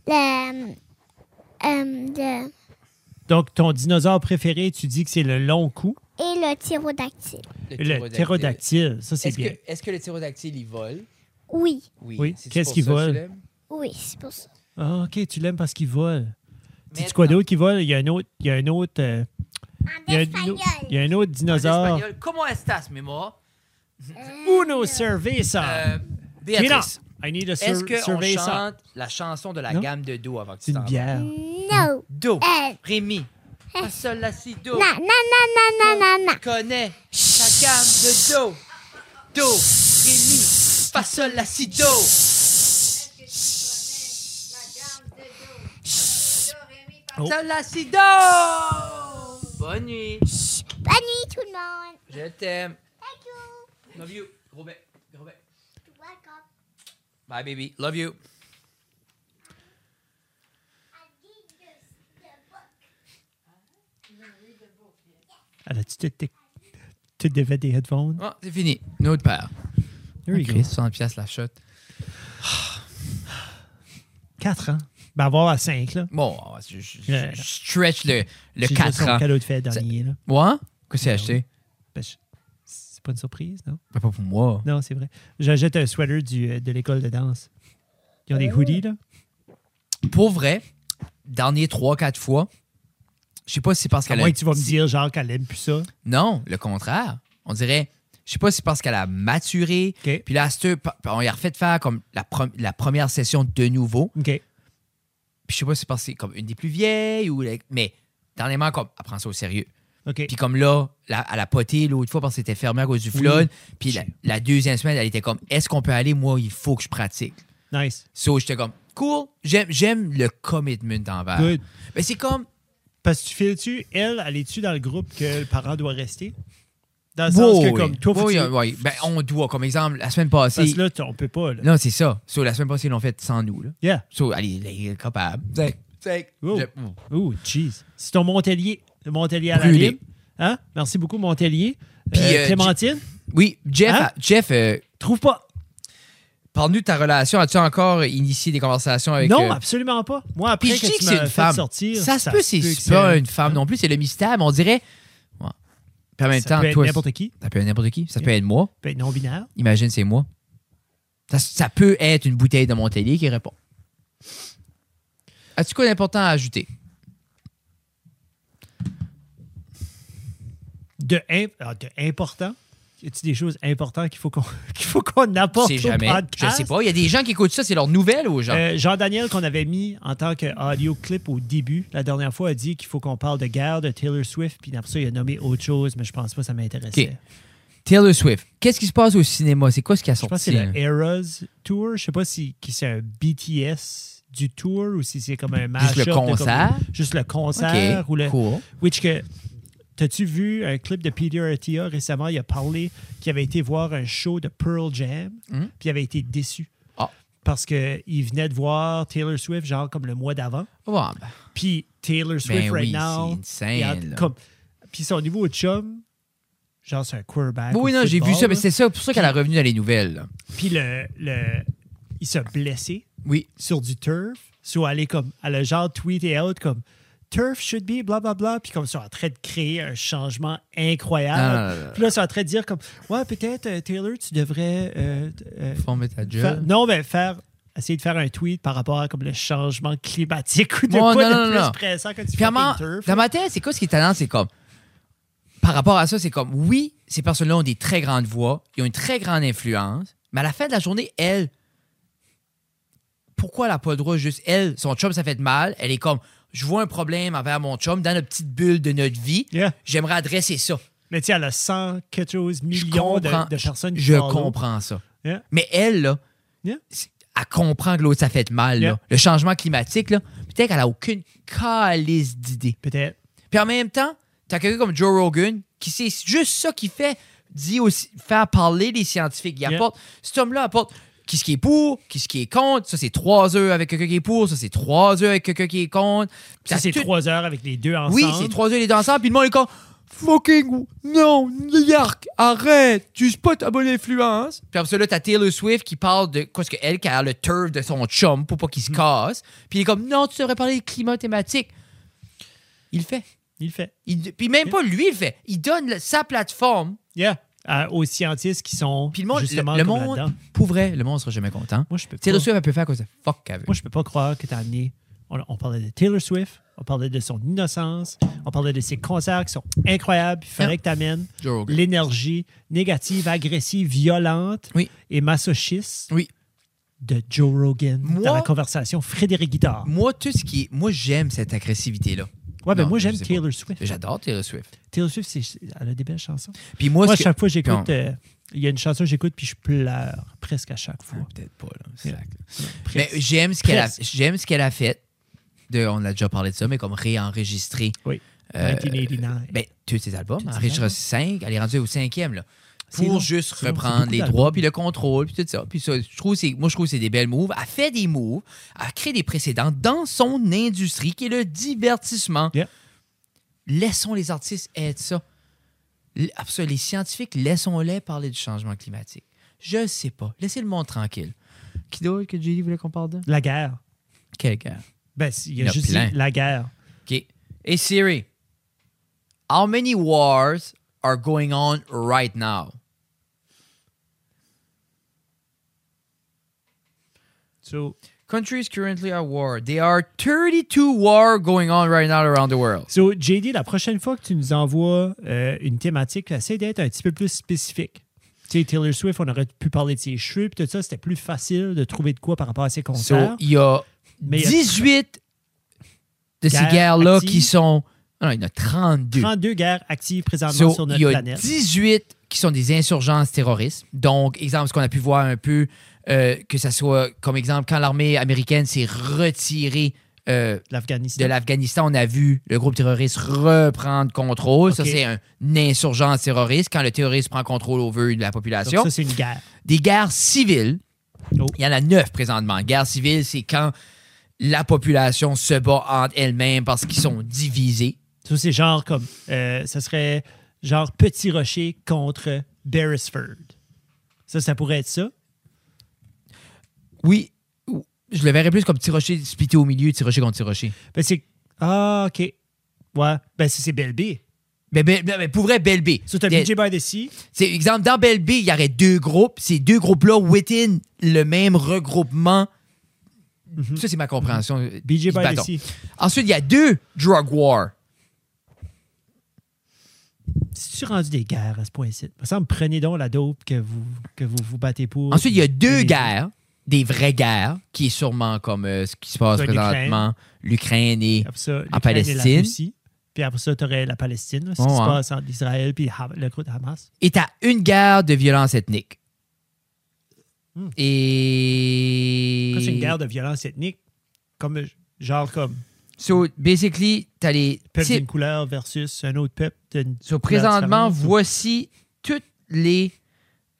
Speaker 4: le. le. euh, le-
Speaker 3: Donc, ton dinosaure préféré, tu dis que c'est le long cou,
Speaker 4: et le pterodactyle.
Speaker 3: le ptérodactyle. Ça, c'est
Speaker 2: Est-ce
Speaker 3: bien.
Speaker 2: que, est-ce que le ptérodactyle, il vole?
Speaker 4: Oui,
Speaker 2: Oui.
Speaker 3: Oui.
Speaker 2: C'est-tu
Speaker 3: Qu'est-ce
Speaker 2: pour
Speaker 3: qu'il
Speaker 2: ça que tu
Speaker 3: vole?
Speaker 2: l'aimes?
Speaker 4: oui, c'est pour ça.
Speaker 3: Ah, OK, tu l'aimes parce qu'il vole. Dis-tu
Speaker 2: Maintenant.
Speaker 3: quoi d'autre qui vole? Il y a un autre. Il y a un autre. euh, il, y a un, au- il y a un autre
Speaker 2: En
Speaker 3: dinosaure.
Speaker 2: espagnol, comment estas, mémoire?
Speaker 3: Uno cerveza.
Speaker 2: Euh,
Speaker 3: Tina,
Speaker 2: Béatrice,
Speaker 3: I need a
Speaker 2: est-ce
Speaker 3: sur-
Speaker 2: qu'on
Speaker 3: cerveza.
Speaker 2: chante la chanson de la
Speaker 3: Non?
Speaker 2: gamme de Do avant que
Speaker 3: C'est
Speaker 2: tu t'en
Speaker 3: une
Speaker 2: vas?
Speaker 3: bière.
Speaker 4: No.
Speaker 2: Do.
Speaker 4: Euh,
Speaker 2: Rémi. Sol, la, si, do.
Speaker 4: na, na, na, na, na, na, na.
Speaker 2: connais sa gamme de do. Do, ré, mi, fa, sol, la, si, do.
Speaker 3: Oh.
Speaker 2: Sol, la, si, do. Bonne nuit.
Speaker 4: Bonne nuit tout le monde.
Speaker 2: Je t'aime.
Speaker 4: Thank you.
Speaker 2: Love you. Gros bec. Gros bec.
Speaker 4: You're welcome.
Speaker 2: Bye, baby. Love you.
Speaker 4: I need the- the book.
Speaker 3: Elle a-tu tout tes- tout défait des headphones?
Speaker 2: Bon, Ah, c'est fini. Notre père.
Speaker 3: There you go.
Speaker 2: 60 piastres la shot.
Speaker 3: 4 ans. Ben, avoir à 5, là.
Speaker 2: Bon, on va- je, je- je-
Speaker 3: Yeah.
Speaker 2: je stretch le, le
Speaker 3: J'ai juste
Speaker 2: 4
Speaker 3: son
Speaker 2: ans.
Speaker 3: cadeau de fête dernier, là.
Speaker 2: Moi? Qu'est-ce que j'ai acheté?
Speaker 3: Ben, je- c'est pas une surprise, non?
Speaker 2: Ben, Pas pour moi.
Speaker 3: Non, c'est vrai. J'achète un sweater du, euh, de l'école de danse. Ils ont des
Speaker 2: Oh.
Speaker 3: hoodies, là.
Speaker 2: Pour vrai, dernier 3-4 fois, je sais pas si c'est parce
Speaker 3: À
Speaker 2: qu'elle a
Speaker 3: moins
Speaker 2: une
Speaker 3: que tu vas me
Speaker 2: petite-
Speaker 3: dire, genre, qu'elle aime plus ça.
Speaker 2: Non, le contraire. On dirait, je sais pas si c'est parce qu'elle a maturé.
Speaker 3: OK.
Speaker 2: Puis là, à cette- pa- on y a refait de faire comme la, pro- la première session de nouveau.
Speaker 3: OK.
Speaker 2: Puis je sais pas si c'est parce que c'est comme une des plus vieilles ou. la- Mais dernièrement, comme, elle prend ça au sérieux.
Speaker 3: OK.
Speaker 2: Puis comme là, la- elle a poté l'autre fois parce que c'était fermé à cause du flood. Puis la, la deuxième semaine, elle était comme, est-ce qu'on peut aller? Moi, il faut que je pratique.
Speaker 3: Nice.
Speaker 2: So, j'étais comme, cool, j'aime, j'aime le commitment envers.
Speaker 3: Good.
Speaker 2: Mais c'est comme,
Speaker 3: Parce que tu files-tu, elle, elle est-tu dans le groupe que le parent doit rester? Dans le
Speaker 2: wow,
Speaker 3: sens que,
Speaker 2: oui.
Speaker 3: comme toi, faut
Speaker 2: Oui,
Speaker 3: que tu-
Speaker 2: oui, ben, on doit. Comme exemple, la semaine passée.
Speaker 3: Parce que là, tu- on peut pas. Là.
Speaker 2: Non, c'est ça. So, la semaine passée, ils l'ont fait sans nous. Là.
Speaker 3: Yeah.
Speaker 2: So, allez, là, il est capable. C'est- c'est-
Speaker 3: Wow.
Speaker 2: je- mm.
Speaker 3: Oh, jeez. C'est ton Montelier. Le Montelier à la
Speaker 2: Brûlé.
Speaker 3: libre. Hein? Merci beaucoup, Montelier.
Speaker 2: Puis,
Speaker 3: Euh,
Speaker 2: euh,
Speaker 3: Clémentine,
Speaker 2: Oui, Jeff,
Speaker 3: Hein?
Speaker 2: euh, Jeff euh,
Speaker 3: trouve pas.
Speaker 2: parle-nous de ta relation. As-tu encore initié des conversations avec.
Speaker 3: non,
Speaker 2: euh,
Speaker 3: absolument pas. Moi,
Speaker 2: Puis
Speaker 3: après,
Speaker 2: je
Speaker 3: quand
Speaker 2: dis que
Speaker 3: tu
Speaker 2: c'est
Speaker 3: m'as
Speaker 2: une
Speaker 3: fait
Speaker 2: femme.
Speaker 3: sortir,
Speaker 2: ça se peut, c'est
Speaker 3: que
Speaker 2: c'est pas une femme non plus. C'est le mystère, mais on dirait. Ouais. Puis en même
Speaker 3: ça
Speaker 2: temps,
Speaker 3: peut être
Speaker 2: toi.
Speaker 3: n'importe qui.
Speaker 2: Ça peut être n'importe qui. Ça peut être moi.
Speaker 3: Ça peut être non-binaire.
Speaker 2: Imagine, c'est moi. Ça, ça peut être une bouteille de Montelier qui répond. As-tu quoi d'important à ajouter?
Speaker 3: De, imp- ah, de important. Y a-t-il des choses importantes qu'il faut qu'on qu'il faut qu'on apporte
Speaker 2: C'est
Speaker 3: au
Speaker 2: jamais. Je
Speaker 3: podcast?
Speaker 2: sais pas. Il y a des gens qui écoutent ça, c'est leur nouvelle aux gens.
Speaker 3: Euh, Jean-Daniel, qu'on avait mis en tant qu'audio clip au début, la dernière fois, a dit qu'il faut qu'on parle de guerre, de Taylor Swift, puis après ça, il a nommé autre chose, mais je pense pas que ça m'intéressait.
Speaker 2: OK. Taylor Swift, qu'est-ce qui se passe au cinéma? C'est quoi ce qui a
Speaker 3: Je pense
Speaker 2: sorti?
Speaker 3: que c'est
Speaker 2: là?
Speaker 3: le Eras Tour. Je sais pas si qui c'est un BTS du tour ou si c'est comme un match.
Speaker 2: Juste le concert?
Speaker 3: juste le concert.
Speaker 2: OK,
Speaker 3: Ou le,
Speaker 2: cool.
Speaker 3: Which que. T'as-tu vu un clip de Peter Attia récemment? Il a parlé qu'il avait été voir un show de Pearl Jam,
Speaker 2: Mhm.
Speaker 3: puis il avait été déçu.
Speaker 2: Ah.
Speaker 3: Parce qu'il venait de voir Taylor Swift, genre comme le mois d'avant.
Speaker 2: Ouais, ben,
Speaker 3: Puis Taylor Swift,
Speaker 2: Ben
Speaker 3: right
Speaker 2: oui,
Speaker 3: now.
Speaker 2: c'est insane,
Speaker 3: il a-
Speaker 2: là.
Speaker 3: comme- Puis son niveau de chum, genre c'est un quarterback.
Speaker 2: oui,
Speaker 3: au
Speaker 2: non, j'ai vu
Speaker 3: football,
Speaker 2: ça, mais
Speaker 3: là.
Speaker 2: c'est ça, pour ça qu'elle est revenue dans les nouvelles. là.
Speaker 3: Puis le, le, il s'est blessé
Speaker 2: Oui.
Speaker 3: sur du turf. Soit aller comme, à le genre tweet et out comme turf should be bla bla bla. Puis comme ça, en train de créer un changement
Speaker 2: Non, non,
Speaker 3: incroyable.
Speaker 2: non, non.
Speaker 3: Puis là, ça en train de dire comme, ouais, peut-être euh, Taylor, tu devrais. euh, euh,
Speaker 2: Faut mettre ta
Speaker 3: fa-
Speaker 2: job.
Speaker 3: non, mais faire. Essayer de faire un tweet par rapport à comme le changement climatique ou de
Speaker 2: Bon,
Speaker 3: quoi
Speaker 2: non,
Speaker 3: de
Speaker 2: non,
Speaker 3: plus
Speaker 2: non.
Speaker 3: pressant quand tu
Speaker 2: Puis
Speaker 3: fais
Speaker 2: à ma-
Speaker 3: turf.
Speaker 2: dans ma tête, c'est quoi ce qui est talent? C'est comme. Par rapport à ça, c'est comme, oui, ces personnes-là ont des très grandes voix, ils ont une très grande influence, mais à la fin de la journée, elle. Pourquoi elle n'a pas le droit juste, elle, son chum, ça fait de mal, elle est comme, je vois un problème envers mon chum dans notre petite bulle de notre vie,
Speaker 3: Yeah.
Speaker 2: j'aimerais adresser ça.
Speaker 3: Mais tu sais, elle a 100 quelque chose
Speaker 2: Je
Speaker 3: millions de,
Speaker 2: comprends-
Speaker 3: de personnes qui
Speaker 2: Je
Speaker 3: follow.
Speaker 2: comprends ça.
Speaker 3: Yeah.
Speaker 2: Mais elle, là,
Speaker 3: Yeah.
Speaker 2: c'est- elle comprend que l'autre, ça fait de mal. là.
Speaker 3: Yeah.
Speaker 2: Le changement climatique, là, peut-être qu'elle n'a aucune calice d'idée.
Speaker 3: Peut-être.
Speaker 2: Puis en même temps, t'as quelqu'un comme Joe Rogan qui c'est juste ça qui fait dit aussi faire parler les scientifiques. Il
Speaker 3: Yeah.
Speaker 2: apporte cet homme-là apporte qui ce qui est pour, qui ce qui est contre. Ça c'est trois heures avec quelqu'un qui est pour, ça c'est trois heures avec quelqu'un qui est contre. Puis
Speaker 3: Ça,
Speaker 2: t'as
Speaker 3: c'est
Speaker 2: tout-
Speaker 3: trois heures avec les deux ensemble.
Speaker 2: Oui, c'est trois heures les deux ensemble. Puis le monde est comme fucking non, Yark, arrête, tu uses pas ta bonne influence. Puis après ça là, t'as Taylor Swift qui parle de quoi ce que elle qui a le turf de son chum pour pas qu'il
Speaker 3: Mhm.
Speaker 2: se casse. Puis il est comme non, tu devrais parler de climat thématique. Il le fait.
Speaker 3: Il le fait.
Speaker 2: Il- puis même pas lui, il fait. Il donne le- sa plateforme.
Speaker 3: Yeah. À- aux scientistes qui sont
Speaker 2: Puis le monde,
Speaker 3: justement
Speaker 2: le, le
Speaker 3: comme
Speaker 2: monde
Speaker 3: là-dedans.
Speaker 2: pour vrai, le monde sera jamais content.
Speaker 3: Moi, je peux pas.
Speaker 2: Taylor Swift, elle peut faire comme ça. Fuck qu'elle veut.
Speaker 3: Moi, je peux pas croire que t'as amené. On, on parlait de Taylor Swift, on parlait de son innocence, on parlait de ses concerts qui sont incroyables. Il fallait
Speaker 2: Yeah.
Speaker 3: que t'amènes
Speaker 2: Joe Rogan.
Speaker 3: l'énergie négative, agressive, violente
Speaker 2: Oui.
Speaker 3: et masochiste
Speaker 2: Oui.
Speaker 3: de Joe Rogan dans
Speaker 2: Moi-
Speaker 3: la conversation Frédéric Guitard.
Speaker 2: Moi, tout ce qui est- Moi, j'aime cette agressivité-là.
Speaker 3: Ouais, ben
Speaker 2: Non,
Speaker 3: moi,
Speaker 2: je
Speaker 3: j'aime
Speaker 2: sais pas.
Speaker 3: Taylor Swift.
Speaker 2: J'adore Taylor Swift.
Speaker 3: Taylor Swift, c'est- elle a des belles chansons.
Speaker 2: Puis moi,
Speaker 3: Moi, à
Speaker 2: ce que-
Speaker 3: chaque fois, j'écoute.
Speaker 2: Puis on-
Speaker 3: euh, Il y a une chanson que j'écoute, puis je pleure presque à chaque fois.
Speaker 2: Ah, Peut-être pas, là. Slack. Mais
Speaker 3: Presque.
Speaker 2: j'aime ce qu'elle a,
Speaker 3: Presque.
Speaker 2: j'aime ce qu'elle a fait. De, on a déjà parlé de ça, mais comme réenregistrer
Speaker 3: Oui.
Speaker 2: euh,
Speaker 3: 1989.
Speaker 2: ben, tous ses albums.
Speaker 3: Tous ses
Speaker 2: Enregistrer
Speaker 3: albums.
Speaker 2: 5, elle est rendue au cinquième, là.
Speaker 3: C'est
Speaker 2: Pour
Speaker 3: long.
Speaker 2: juste
Speaker 3: C'est long, c'est
Speaker 2: reprendre
Speaker 3: beaucoup
Speaker 2: les
Speaker 3: d'albums.
Speaker 2: droits, puis le contrôle, puis tout ça. Puis ça, je trouve que c'est, moi, je trouve que c'est des belles moves. Elle fait des moves, elle crée des précédents dans son industrie, qui est le divertissement.
Speaker 3: Yeah.
Speaker 2: Laissons les artistes être ça. L- après ça, Les scientifiques, laissons-les parler du changement climatique. Je sais pas. Laissez le monde tranquille. Qui d'autre que Julie voulait qu'on parle de?
Speaker 3: La guerre.
Speaker 2: Quel gars?
Speaker 3: Ben, il y a
Speaker 2: Il y en a
Speaker 3: juste
Speaker 2: plein.
Speaker 3: la guerre.
Speaker 2: OK. Hey Siri, how many wars are going on right now?
Speaker 3: So,
Speaker 2: Countries currently at war. There are 32 war going on right now around the world.
Speaker 3: so, JD, la prochaine fois que tu nous envoies euh, une thématique, essaie d'être un petit peu plus spécifique. Tu sais, Taylor Swift, on aurait pu parler de ses cheveux, puis tout ça, c'était plus facile de trouver de quoi par rapport à ses
Speaker 2: So,
Speaker 3: concerts.
Speaker 2: il y a
Speaker 3: Mais il y a-
Speaker 2: 18 de ces
Speaker 3: Guerre
Speaker 2: guerres-là
Speaker 3: active.
Speaker 2: qui sont Non, il y en a 32.
Speaker 3: 32 guerres actives présentement
Speaker 2: So,
Speaker 3: sur
Speaker 2: il y
Speaker 3: notre
Speaker 2: a
Speaker 3: planète.
Speaker 2: 18 qui sont des insurgences terroristes. Donc, exemple, ce qu'on a pu voir un peu, euh, que ça soit comme exemple, quand l'armée américaine s'est retirée euh, de
Speaker 3: L'Afghanistan.
Speaker 2: l'Afghanistan, on a vu le groupe terroriste reprendre contrôle. Ça,
Speaker 3: OK.
Speaker 2: c'est un- une insurgence terroriste quand le terroriste prend contrôle au vœu de la
Speaker 3: Donc
Speaker 2: population.
Speaker 3: ça, c'est une guerre.
Speaker 2: Des guerres civiles.
Speaker 3: Oh.
Speaker 2: Il y en a neuf présentement. Guerre civile, c'est quand la population se bat entre elle-même parce qu'ils sont divisés.
Speaker 3: Ça, c'est genre comme. euh, ça serait genre Petit Rocher contre Beresford. Ça, ça pourrait être ça.
Speaker 2: Oui, ou- je le verrais plus comme petit rocher splitté au milieu, petit rocher contre petit rocher.
Speaker 3: Ben, c'est. Ah, OK. Ouais. Ben, ça, c'est Belle B.
Speaker 2: Mais, Bel- mais- mais pour vrai, Belle B.
Speaker 3: Ça, t'as
Speaker 2: Des-
Speaker 3: BJ by the Sea.
Speaker 2: C'est exemple, dans Belle B, il y aurait deux groupes. Ces deux groupes-là, within le même regroupement.
Speaker 3: Mm-hmm.
Speaker 2: Ça, c'est ma compréhension. euh,
Speaker 3: BJ
Speaker 2: du
Speaker 3: by the
Speaker 2: bâton.
Speaker 3: Sea.
Speaker 2: Ensuite, il y a deux drug war.
Speaker 3: Si tu rendu des guerres à ce point-ci, par exemple, prenez donc la dope que vous que vous, vous battez pour.
Speaker 2: Ensuite, il y a deux
Speaker 3: Et-
Speaker 2: guerres, des vraies guerres, qui est sûrement comme euh, ce qui se passe
Speaker 3: Soit l'Ukraine.
Speaker 2: présentement, l'Ukraine et
Speaker 3: Après ça,
Speaker 2: En
Speaker 3: l'Ukraine et la
Speaker 2: Palestine.
Speaker 3: Russie. Puis après ça, tu aurais la Palestine, là, ce
Speaker 2: Ouais,
Speaker 3: qui se
Speaker 2: ouais.
Speaker 3: passe entre Israël et le groupe de Hamas.
Speaker 2: est à une guerre de violence ethnique.
Speaker 3: Hmm.
Speaker 2: Et.
Speaker 3: Après, C'est une guerre de violence ethnique, comme genre comme
Speaker 2: So, basically, t'as les.
Speaker 3: peuple
Speaker 2: types-
Speaker 3: d'une couleur versus un autre peuple d'une
Speaker 2: So,
Speaker 3: couleur
Speaker 2: présentement,
Speaker 3: différente.
Speaker 2: voici toutes les.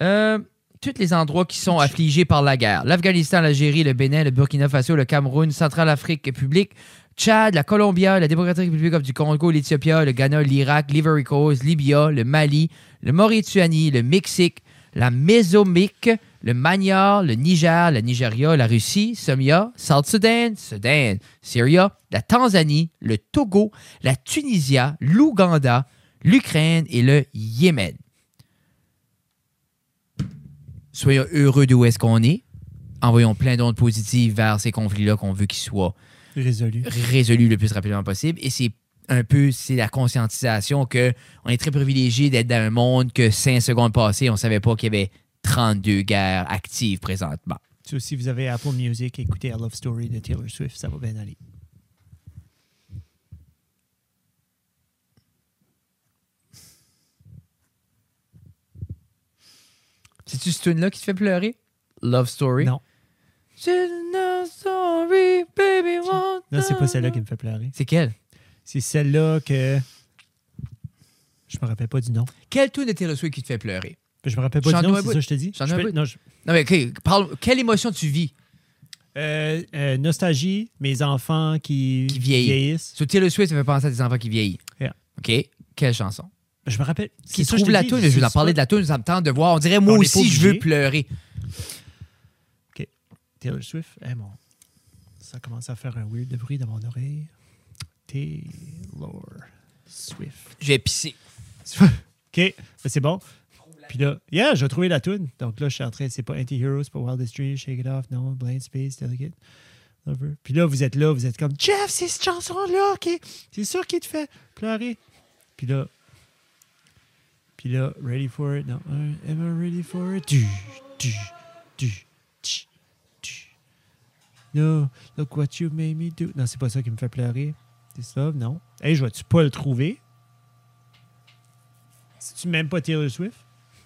Speaker 2: euh, tous les endroits qui sont affligés par la guerre. L'Afghanistan, l'Algérie, le Bénin, le Burkina Faso, le Cameroun, Centrale-Afrique publique, Tchad, la Colombie, la Démocratique République du Congo, l'Éthiopie, le Ghana, l'Irak, l'Ivory Coast, Libya, le Mali, le Mauritanie, le Mexique, la Mésomique, le Manyar, le Niger, la Nigeria, la Russie, Somalia, South Sudan, Sudan, Syria, la Tanzanie, le Togo, la Tunisie, l'Ouganda, l'Ukraine et le Yémen. Soyons heureux d'où est-ce qu'on est. Envoyons plein d'ondes positives vers ces conflits-là qu'on veut qu'ils soient
Speaker 3: résolue.
Speaker 2: résolus le plus rapidement possible. Et c'est un peu, c'est la conscientisation que on est très privilégié d'être dans un monde que cinq secondes passées, on savait pas qu'il y avait 32 guerres actives présentement.
Speaker 3: So, si vous avez Apple Music, écoutez I Love Story de Taylor Swift, ça va bien aller.
Speaker 2: C'est-tu ce tune-là qui te fait pleurer? Love Story?
Speaker 3: Non,
Speaker 2: Just no story, baby, won't
Speaker 3: non, c'est pas celle-là
Speaker 2: I-
Speaker 3: qui me fait pleurer.
Speaker 2: C'est quelle?
Speaker 3: C'est celle-là que je me rappelle pas du nom.
Speaker 2: Quelle tune de Taylor Swift qui te fait pleurer?
Speaker 3: Je me rappelle pas
Speaker 2: J'en
Speaker 3: du
Speaker 2: ai
Speaker 3: nom,
Speaker 2: un
Speaker 3: c'est
Speaker 2: bout.
Speaker 3: ça que je te dis.
Speaker 2: J'en ai
Speaker 3: Je
Speaker 2: un
Speaker 3: peux-
Speaker 2: bout.
Speaker 3: non, je-
Speaker 2: Non, mais OK, parle, quelle émotion tu vis?
Speaker 3: Euh, euh, nostalgie, mes enfants qui,
Speaker 2: Qui vieillissent.
Speaker 3: vieillissent.
Speaker 2: Sur Taylor Swift, ça fait penser à des enfants qui vieillissent.
Speaker 3: Yeah.
Speaker 2: OK? Quelle chanson?
Speaker 3: Ben, Je me rappelle. c'est
Speaker 2: Qui
Speaker 3: ça que je
Speaker 2: trouve
Speaker 3: te
Speaker 2: la
Speaker 3: dis,
Speaker 2: toune, je
Speaker 3: c'est
Speaker 2: vais en parler de
Speaker 3: pas
Speaker 2: la toune, ça me tente de voir. On dirait, moi
Speaker 3: On est pas
Speaker 2: aussi, je veux
Speaker 3: obligé.
Speaker 2: pleurer.
Speaker 3: Taylor Swift. Eh, mon- Ça commence à faire un weird de bruit dans mon oreille. Taylor Swift.
Speaker 2: Je vais pisser.
Speaker 3: OK, ben, c'est bon. Puis là, yeah, j'ai trouvé la toune. Donc là, je suis en train, c'est pas Anti-Hero, c'est pas Wildest Dream, Shake It Off, non, Blind Space, Delicate. Lover. Puis là, vous êtes là, vous êtes comme Jeff, c'est cette chanson-là, OK? C'est sûr qu'il te fait pleurer. Puis là, puis là, ready for it, non, un, am I ready for it? Du, du, du, tch, du. No, look what you made me do. Non, c'est pas ça qui me fait pleurer. This love, non. Hey, je vais-tu pas le trouver? Si tu m'aimes pas Taylor Swift?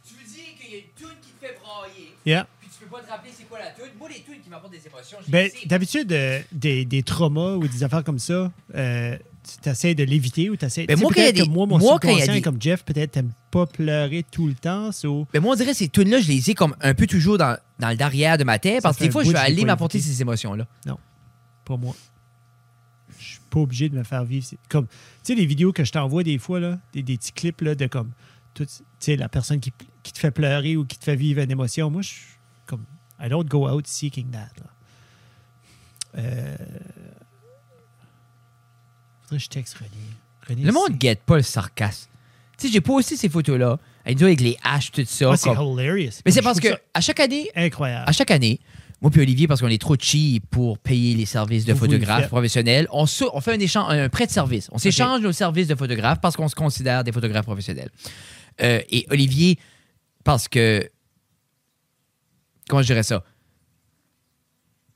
Speaker 2: Tu veux dire qu'il y a une toune qui te fait brailler,
Speaker 3: Yeah.
Speaker 2: puis tu peux pas te rappeler c'est quoi la toune? Moi, les tounes qui m'apportent des émotions, je
Speaker 3: Ben, d'habitude, euh, des, des traumas ou des affaires comme ça, euh, tu essaies de l'éviter ou tu essaies...
Speaker 2: Ben, moi, quand il y a des-
Speaker 3: Moi, mon
Speaker 2: moi, quand il y a
Speaker 3: subconscient,
Speaker 2: des-
Speaker 3: comme Jeff, peut-être t'aimes pas pleurer tout le temps, so...
Speaker 2: Ben moi, on dirait que ces tunes-là, je les ai comme un peu toujours dans, dans le derrière de ma tête,
Speaker 3: Ça
Speaker 2: parce que
Speaker 3: fait
Speaker 2: des fois,
Speaker 3: un
Speaker 2: je
Speaker 3: bout
Speaker 2: vais
Speaker 3: que j'ai
Speaker 2: aller
Speaker 3: pas
Speaker 2: m'apporter
Speaker 3: écouté.
Speaker 2: ces émotions-là.
Speaker 3: pas moi. Je suis pas obligé de me faire vivre. c'est Comme, tu sais, les vidéos que je t'envoie des fois, là, des, des petits clips là, de comme, tout- tu sais, la personne qui, qui te fait pleurer ou qui te fait vivre une émotion. Moi, je suis comme, I don't go out seeking that. là. Euh, Faudrait que je texte René. René,
Speaker 2: Le monde
Speaker 3: c'est-
Speaker 2: guette pas le sarcasme. Tu sais, j'ai posté ces photos-là, avec avec les haches, tout ça.
Speaker 3: Ah, c'est
Speaker 2: comme-
Speaker 3: hilarious.
Speaker 2: Mais c'est
Speaker 3: Je
Speaker 2: parce que, Ah,
Speaker 3: trouve ça
Speaker 2: à chaque année, à
Speaker 3: Incroyable.
Speaker 2: chaque année, moi puis Olivier, parce qu'on est trop cheap pour payer les services de
Speaker 3: Vous, vous le
Speaker 2: photographes
Speaker 3: faites.
Speaker 2: professionnels, on, se- on fait un, échange, un prêt de service. On s'échange nos services de photographes parce qu'on se considère des photographes professionnels. Euh, et Olivier, parce que. Comment je dirais ça?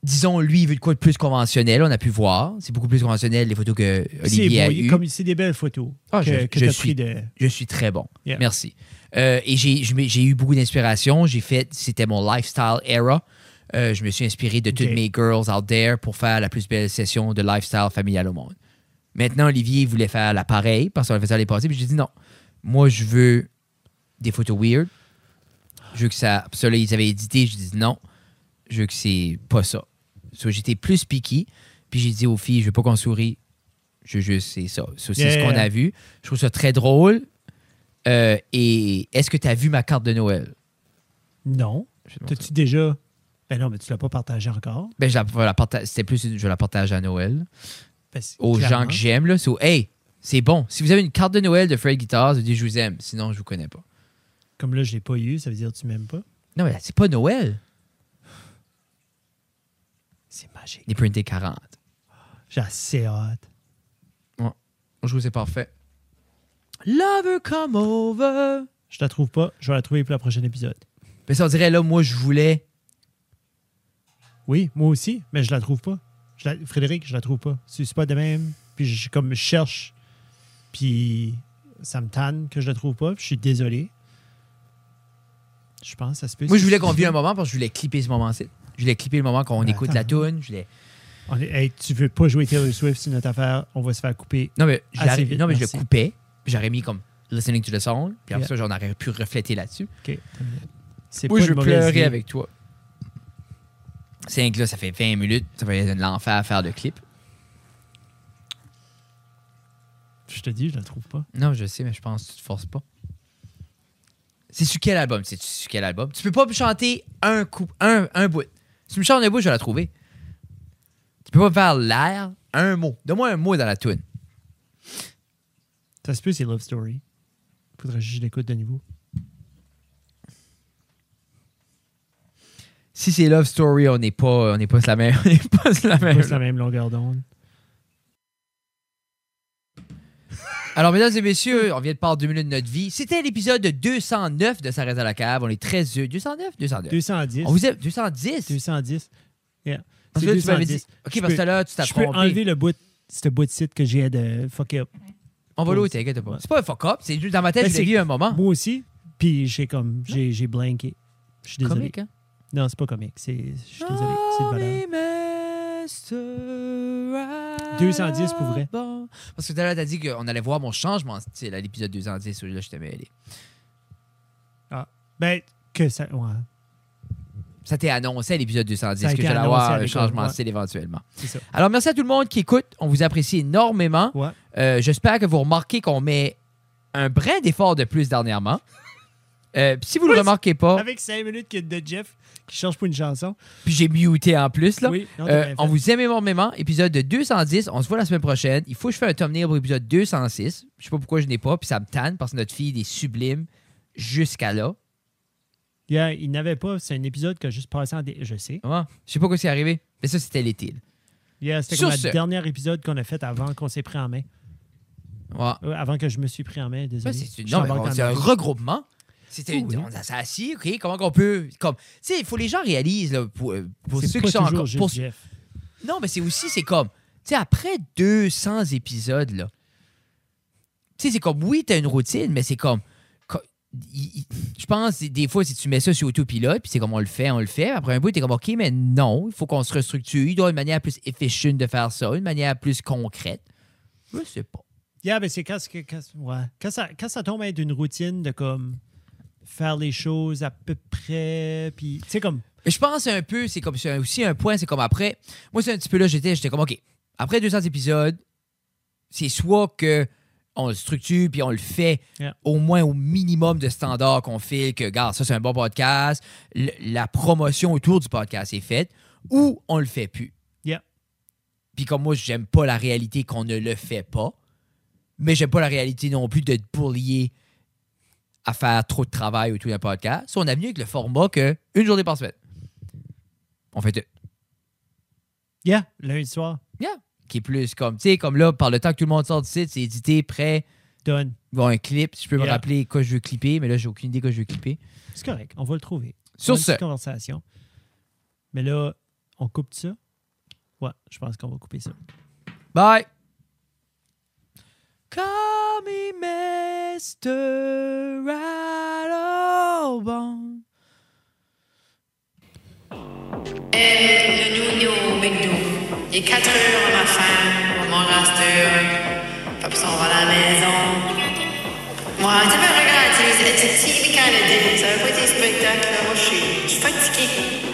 Speaker 2: disons, lui, il veut de quoi de plus conventionnel. On a pu voir. C'est beaucoup plus conventionnel, les photos que
Speaker 3: C'est
Speaker 2: Olivier a
Speaker 3: beau,
Speaker 2: eues.
Speaker 3: comme- c'est des belles photos
Speaker 2: Ah,
Speaker 3: que,
Speaker 2: je-
Speaker 3: que
Speaker 2: je
Speaker 3: t'as pris
Speaker 2: suis-
Speaker 3: de.
Speaker 2: Je suis très bon.
Speaker 3: Yeah.
Speaker 2: Merci. Euh, et j'ai- je m'ai- j'ai eu beaucoup d'inspiration. J'ai fait, c'était mon lifestyle era. Euh, je me suis inspiré de toutes
Speaker 3: Ok.
Speaker 2: mes girls out there pour faire la plus belle session de lifestyle familial au monde. Maintenant, Olivier voulait faire l'appareil parce qu'on avait ça les passés. Puis j'ai dit non. Moi, je veux des photos weird. Je veux que ça. Ça, là, ils avaient édité. Je dis non. Je veux que c'est pas ça. So, j'étais plus piqué. Puis j'ai dit aux filles, je veux pas qu'on sourie. Je veux juste, c'est ça. So, c'est
Speaker 3: Yeah,
Speaker 2: ce
Speaker 3: yeah,
Speaker 2: qu'on
Speaker 3: yeah.
Speaker 2: a vu. Je trouve ça très drôle. Euh, et est-ce que tu as vu ma carte de Noël?
Speaker 3: Non.
Speaker 2: Je vais te montrer.
Speaker 3: T'as-tu déjà. Ben non, mais tu l'as pas partagé encore.
Speaker 2: Ben, je la, je la parta- c'était plus, une- je la partage à Noël.
Speaker 3: Parce-
Speaker 2: Aux gens
Speaker 3: clairement.
Speaker 2: que j'aime, là. So, hey, c'est bon. Si vous avez une carte de Noël de Fred Guitars, je dis je vous aime. Sinon, je vous connais pas.
Speaker 3: Comme là, je l'ai pas eu, ça veut dire que tu m'aimes pas.
Speaker 2: Non, mais c'est pas Noël.
Speaker 3: C'est magique.
Speaker 2: Les printés 40.
Speaker 3: J'ai assez hâte.
Speaker 2: Je vous ai parfait. Lover come over.
Speaker 3: Je la trouve pas. Je vais la trouver pour le prochain épisode.
Speaker 2: Mais ça, on dirait, là, moi, je voulais.
Speaker 3: Oui, moi aussi, mais je la trouve pas. Je la- Frédéric, je la trouve pas. C'est c'est pas de même. Puis je, comme je cherche, puis ça me tanne que je la trouve pas. puis je suis désolé. Je pense que ça se peut.
Speaker 2: Moi, je voulais qu'on vive un moment parce que je voulais clipper ce moment-ci. Je voulais clipper le moment qu'on
Speaker 3: Ben,
Speaker 2: écoute
Speaker 3: attends.
Speaker 2: la tune. Je voulais...
Speaker 3: On est- hey, tu veux pas jouer Taylor Swift, c'est notre affaire. On va se faire couper.
Speaker 2: Non, mais je,
Speaker 3: Assez
Speaker 2: l'aurais-
Speaker 3: Ah, vite,
Speaker 2: non, mais je le
Speaker 3: merci.
Speaker 2: coupais. puis J'aurais mis comme listening to the song. Puis après
Speaker 3: Yeah.
Speaker 2: ça, j'en aurais pu refléter là-dessus.
Speaker 3: Ok. C'est
Speaker 2: Moi,
Speaker 3: pas
Speaker 2: je
Speaker 3: une
Speaker 2: veux
Speaker 3: mauvaise
Speaker 2: pleurer
Speaker 3: idée.
Speaker 2: avec toi. C'est un que là, ça fait 20 minutes. Ça va être de l'enfer à faire le clip.
Speaker 3: Je te dis, je la trouve pas.
Speaker 2: Non, je sais, mais je pense que tu te forces pas. C'est sur quel album? C'est sur quel album? Tu peux pas me chanter un coup, un, un bout. Si tu me chantes un bout, je vais la trouver. Tu peux pas me faire l'air, un mot. Donne-moi un mot dans la tune.
Speaker 3: Ça se peut, c'est Love Story. Faudrait que je l'écoute de nouveau.
Speaker 2: Si c'est Love Story, on n'est pas, on n'est pas sur la même, on n'est pas sur la
Speaker 3: C'est
Speaker 2: même.
Speaker 3: pas la même longueur d'onde.
Speaker 2: Alors, mesdames et messieurs, on vient de parler deux minutes de notre vie. C'était l'épisode 209 de Sarah à la cave. On est très heureux. 209? 209.
Speaker 3: 210.
Speaker 2: On vous aime. 210?
Speaker 3: 210. Yeah.
Speaker 2: Parce
Speaker 3: C'est
Speaker 2: que là, tu m'avais
Speaker 3: 210.
Speaker 2: dit. OK,
Speaker 3: Je
Speaker 2: parce que
Speaker 3: peux-
Speaker 2: là, tu t'as
Speaker 3: Je peux
Speaker 2: trompé.
Speaker 3: enlever le bout, ce bout de site que j'ai de fuck up.
Speaker 2: On va l'autre, t'inquiète pas.
Speaker 3: Ouais.
Speaker 2: C'est pas un fuck-up. C'est juste dans ma tête,
Speaker 3: Ben,
Speaker 2: je l'ai
Speaker 3: c'est-
Speaker 2: vu un moment.
Speaker 3: Moi aussi, puis j'ai comme, j'ai, j'ai blanké. Je suis désolé.
Speaker 2: Ah. Comique, hein? Ah,
Speaker 3: Non, c'est pas comique. C'est, je suis désolé. C'est de valeur. 210 pour vrai.
Speaker 2: Parce que tout à l'heure, t'as dit qu'on allait voir mon changement de style à l'épisode 210. où Là, je t'ai mêlé.
Speaker 3: Ben, que ça, ouais,
Speaker 2: Ça t'est annoncé à l'épisode 210
Speaker 3: Ça a
Speaker 2: que
Speaker 3: été
Speaker 2: j'allais
Speaker 3: annoncé
Speaker 2: avoir
Speaker 3: à
Speaker 2: un
Speaker 3: l'école,
Speaker 2: changement de
Speaker 3: ouais.
Speaker 2: style éventuellement.
Speaker 3: c'est ça.
Speaker 2: Alors, merci à tout le monde qui écoute. On vous apprécie énormément.
Speaker 3: Ouais.
Speaker 2: Euh, J'espère que vous remarquez qu'on met un brin d'effort de plus dernièrement. Euh, puis si vous le
Speaker 3: Oui,
Speaker 2: remarquez pas,
Speaker 3: Avec 5 minutes que- de Jeff qui cherche pour une chanson.
Speaker 2: puis j'ai muté en plus, là.
Speaker 3: Oui, non, t'as
Speaker 2: Euh,
Speaker 3: bien fait.
Speaker 2: on vous aime énormément. Épisode de 210. On se voit la semaine prochaine. Il faut que je fasse un thumbnail pour l'épisode 206. Je sais pas pourquoi je n'ai pas, puis ça me tanne parce que notre fille est sublime jusqu'à là.
Speaker 3: Yeah, il n'avait pas, c'est un épisode que juste passé en. dé- Je sais.
Speaker 2: Comment? Je sais pas quoi c'est arrivé. Mais ça, c'était l'été. là.
Speaker 3: Yeah, c'était
Speaker 2: Sur
Speaker 3: comme
Speaker 2: ce-
Speaker 3: le dernier épisode qu'on a fait avant qu'on s'est pris en main.
Speaker 2: Ouais.
Speaker 3: Euh, avant que je me suis pris en main, désolé.
Speaker 2: Ouais, Ben, c'est une-
Speaker 3: Je
Speaker 2: non, mais
Speaker 3: t'embarque
Speaker 2: on-
Speaker 3: dans
Speaker 2: c'est
Speaker 3: ma
Speaker 2: un
Speaker 3: vie.
Speaker 2: regroupement. C'était une.
Speaker 3: Oui.
Speaker 2: On s'est assis, OK? Comment qu'on peut. Comme, tu sais, il faut que les gens réalisent, là, pour, euh, pour
Speaker 3: C'est
Speaker 2: ceux
Speaker 3: pas
Speaker 2: qui sont
Speaker 3: toujours
Speaker 2: encore.
Speaker 3: juste
Speaker 2: pour-
Speaker 3: Jeff.
Speaker 2: Non, mais c'est aussi, c'est comme. Tu sais, après 200 épisodes, là. Tu sais, c'est comme, oui, t'as une routine, mais c'est comme. co- il- il- Je pense, des fois, si tu mets ça sur autopilote, puis c'est comme on le fait, on le fait. Après un bout, t'es comme, OK, mais non, il faut qu'on se restructure. Il doit y avoir une manière plus efficiente de faire ça, une manière plus concrète. Je sais pas.
Speaker 3: Yeah, mais c'est quand, ce que- quand, ouais. quand, ça, quand ça tombe à être une routine de comme faire les choses à peu près, puis tu sais comme
Speaker 2: Mais je pense un peu, c'est comme c'est aussi un point, c'est comme après. Moi, c'est un petit peu là, j'étais, j'étais comme, OK, après 200 épisodes, c'est soit que on le structure puis on le fait
Speaker 3: Yeah.
Speaker 2: au moins au minimum de standards qu'on file, que, regarde, ça, c'est un bon podcast, le- la promotion autour du podcast est faite, ou on le fait plus.
Speaker 3: Yeah.
Speaker 2: Puis comme moi, j'aime pas la réalité qu'on ne le fait pas, mais j'aime pas la réalité non plus d'être bourlier à faire trop de travail autour d'un podcast. So, on a venu avec le format que une journée par semaine. On fait deux.
Speaker 3: yeah, lundi soir,
Speaker 2: Qui est plus comme, tu sais, comme là, par le temps que tout le monde sort du site, c'est édité, prêt,
Speaker 3: donne.
Speaker 2: bon, un clip. Si je peux me
Speaker 3: Yeah.
Speaker 2: rappeler quoi je veux clipper, mais là, j'ai aucune idée quoi je veux clipper.
Speaker 3: C'est correct, on va le trouver. On
Speaker 2: Sur
Speaker 3: a une
Speaker 2: ce,
Speaker 3: petite conversation. Mais là, On coupe ça? Ouais, je pense qu'on va couper ça.
Speaker 2: Bye. Call me Mr. Rattlebone.
Speaker 1: Elle, le nounou au McDo. Il est 4 heures à ma femme, mon raster. Papa s'en va à la maison. Moi, tu me regardes, tu sais, c'est TV Canada. Ça veut pas dire spectacle, là. Moi, je suis je suis fatiguée.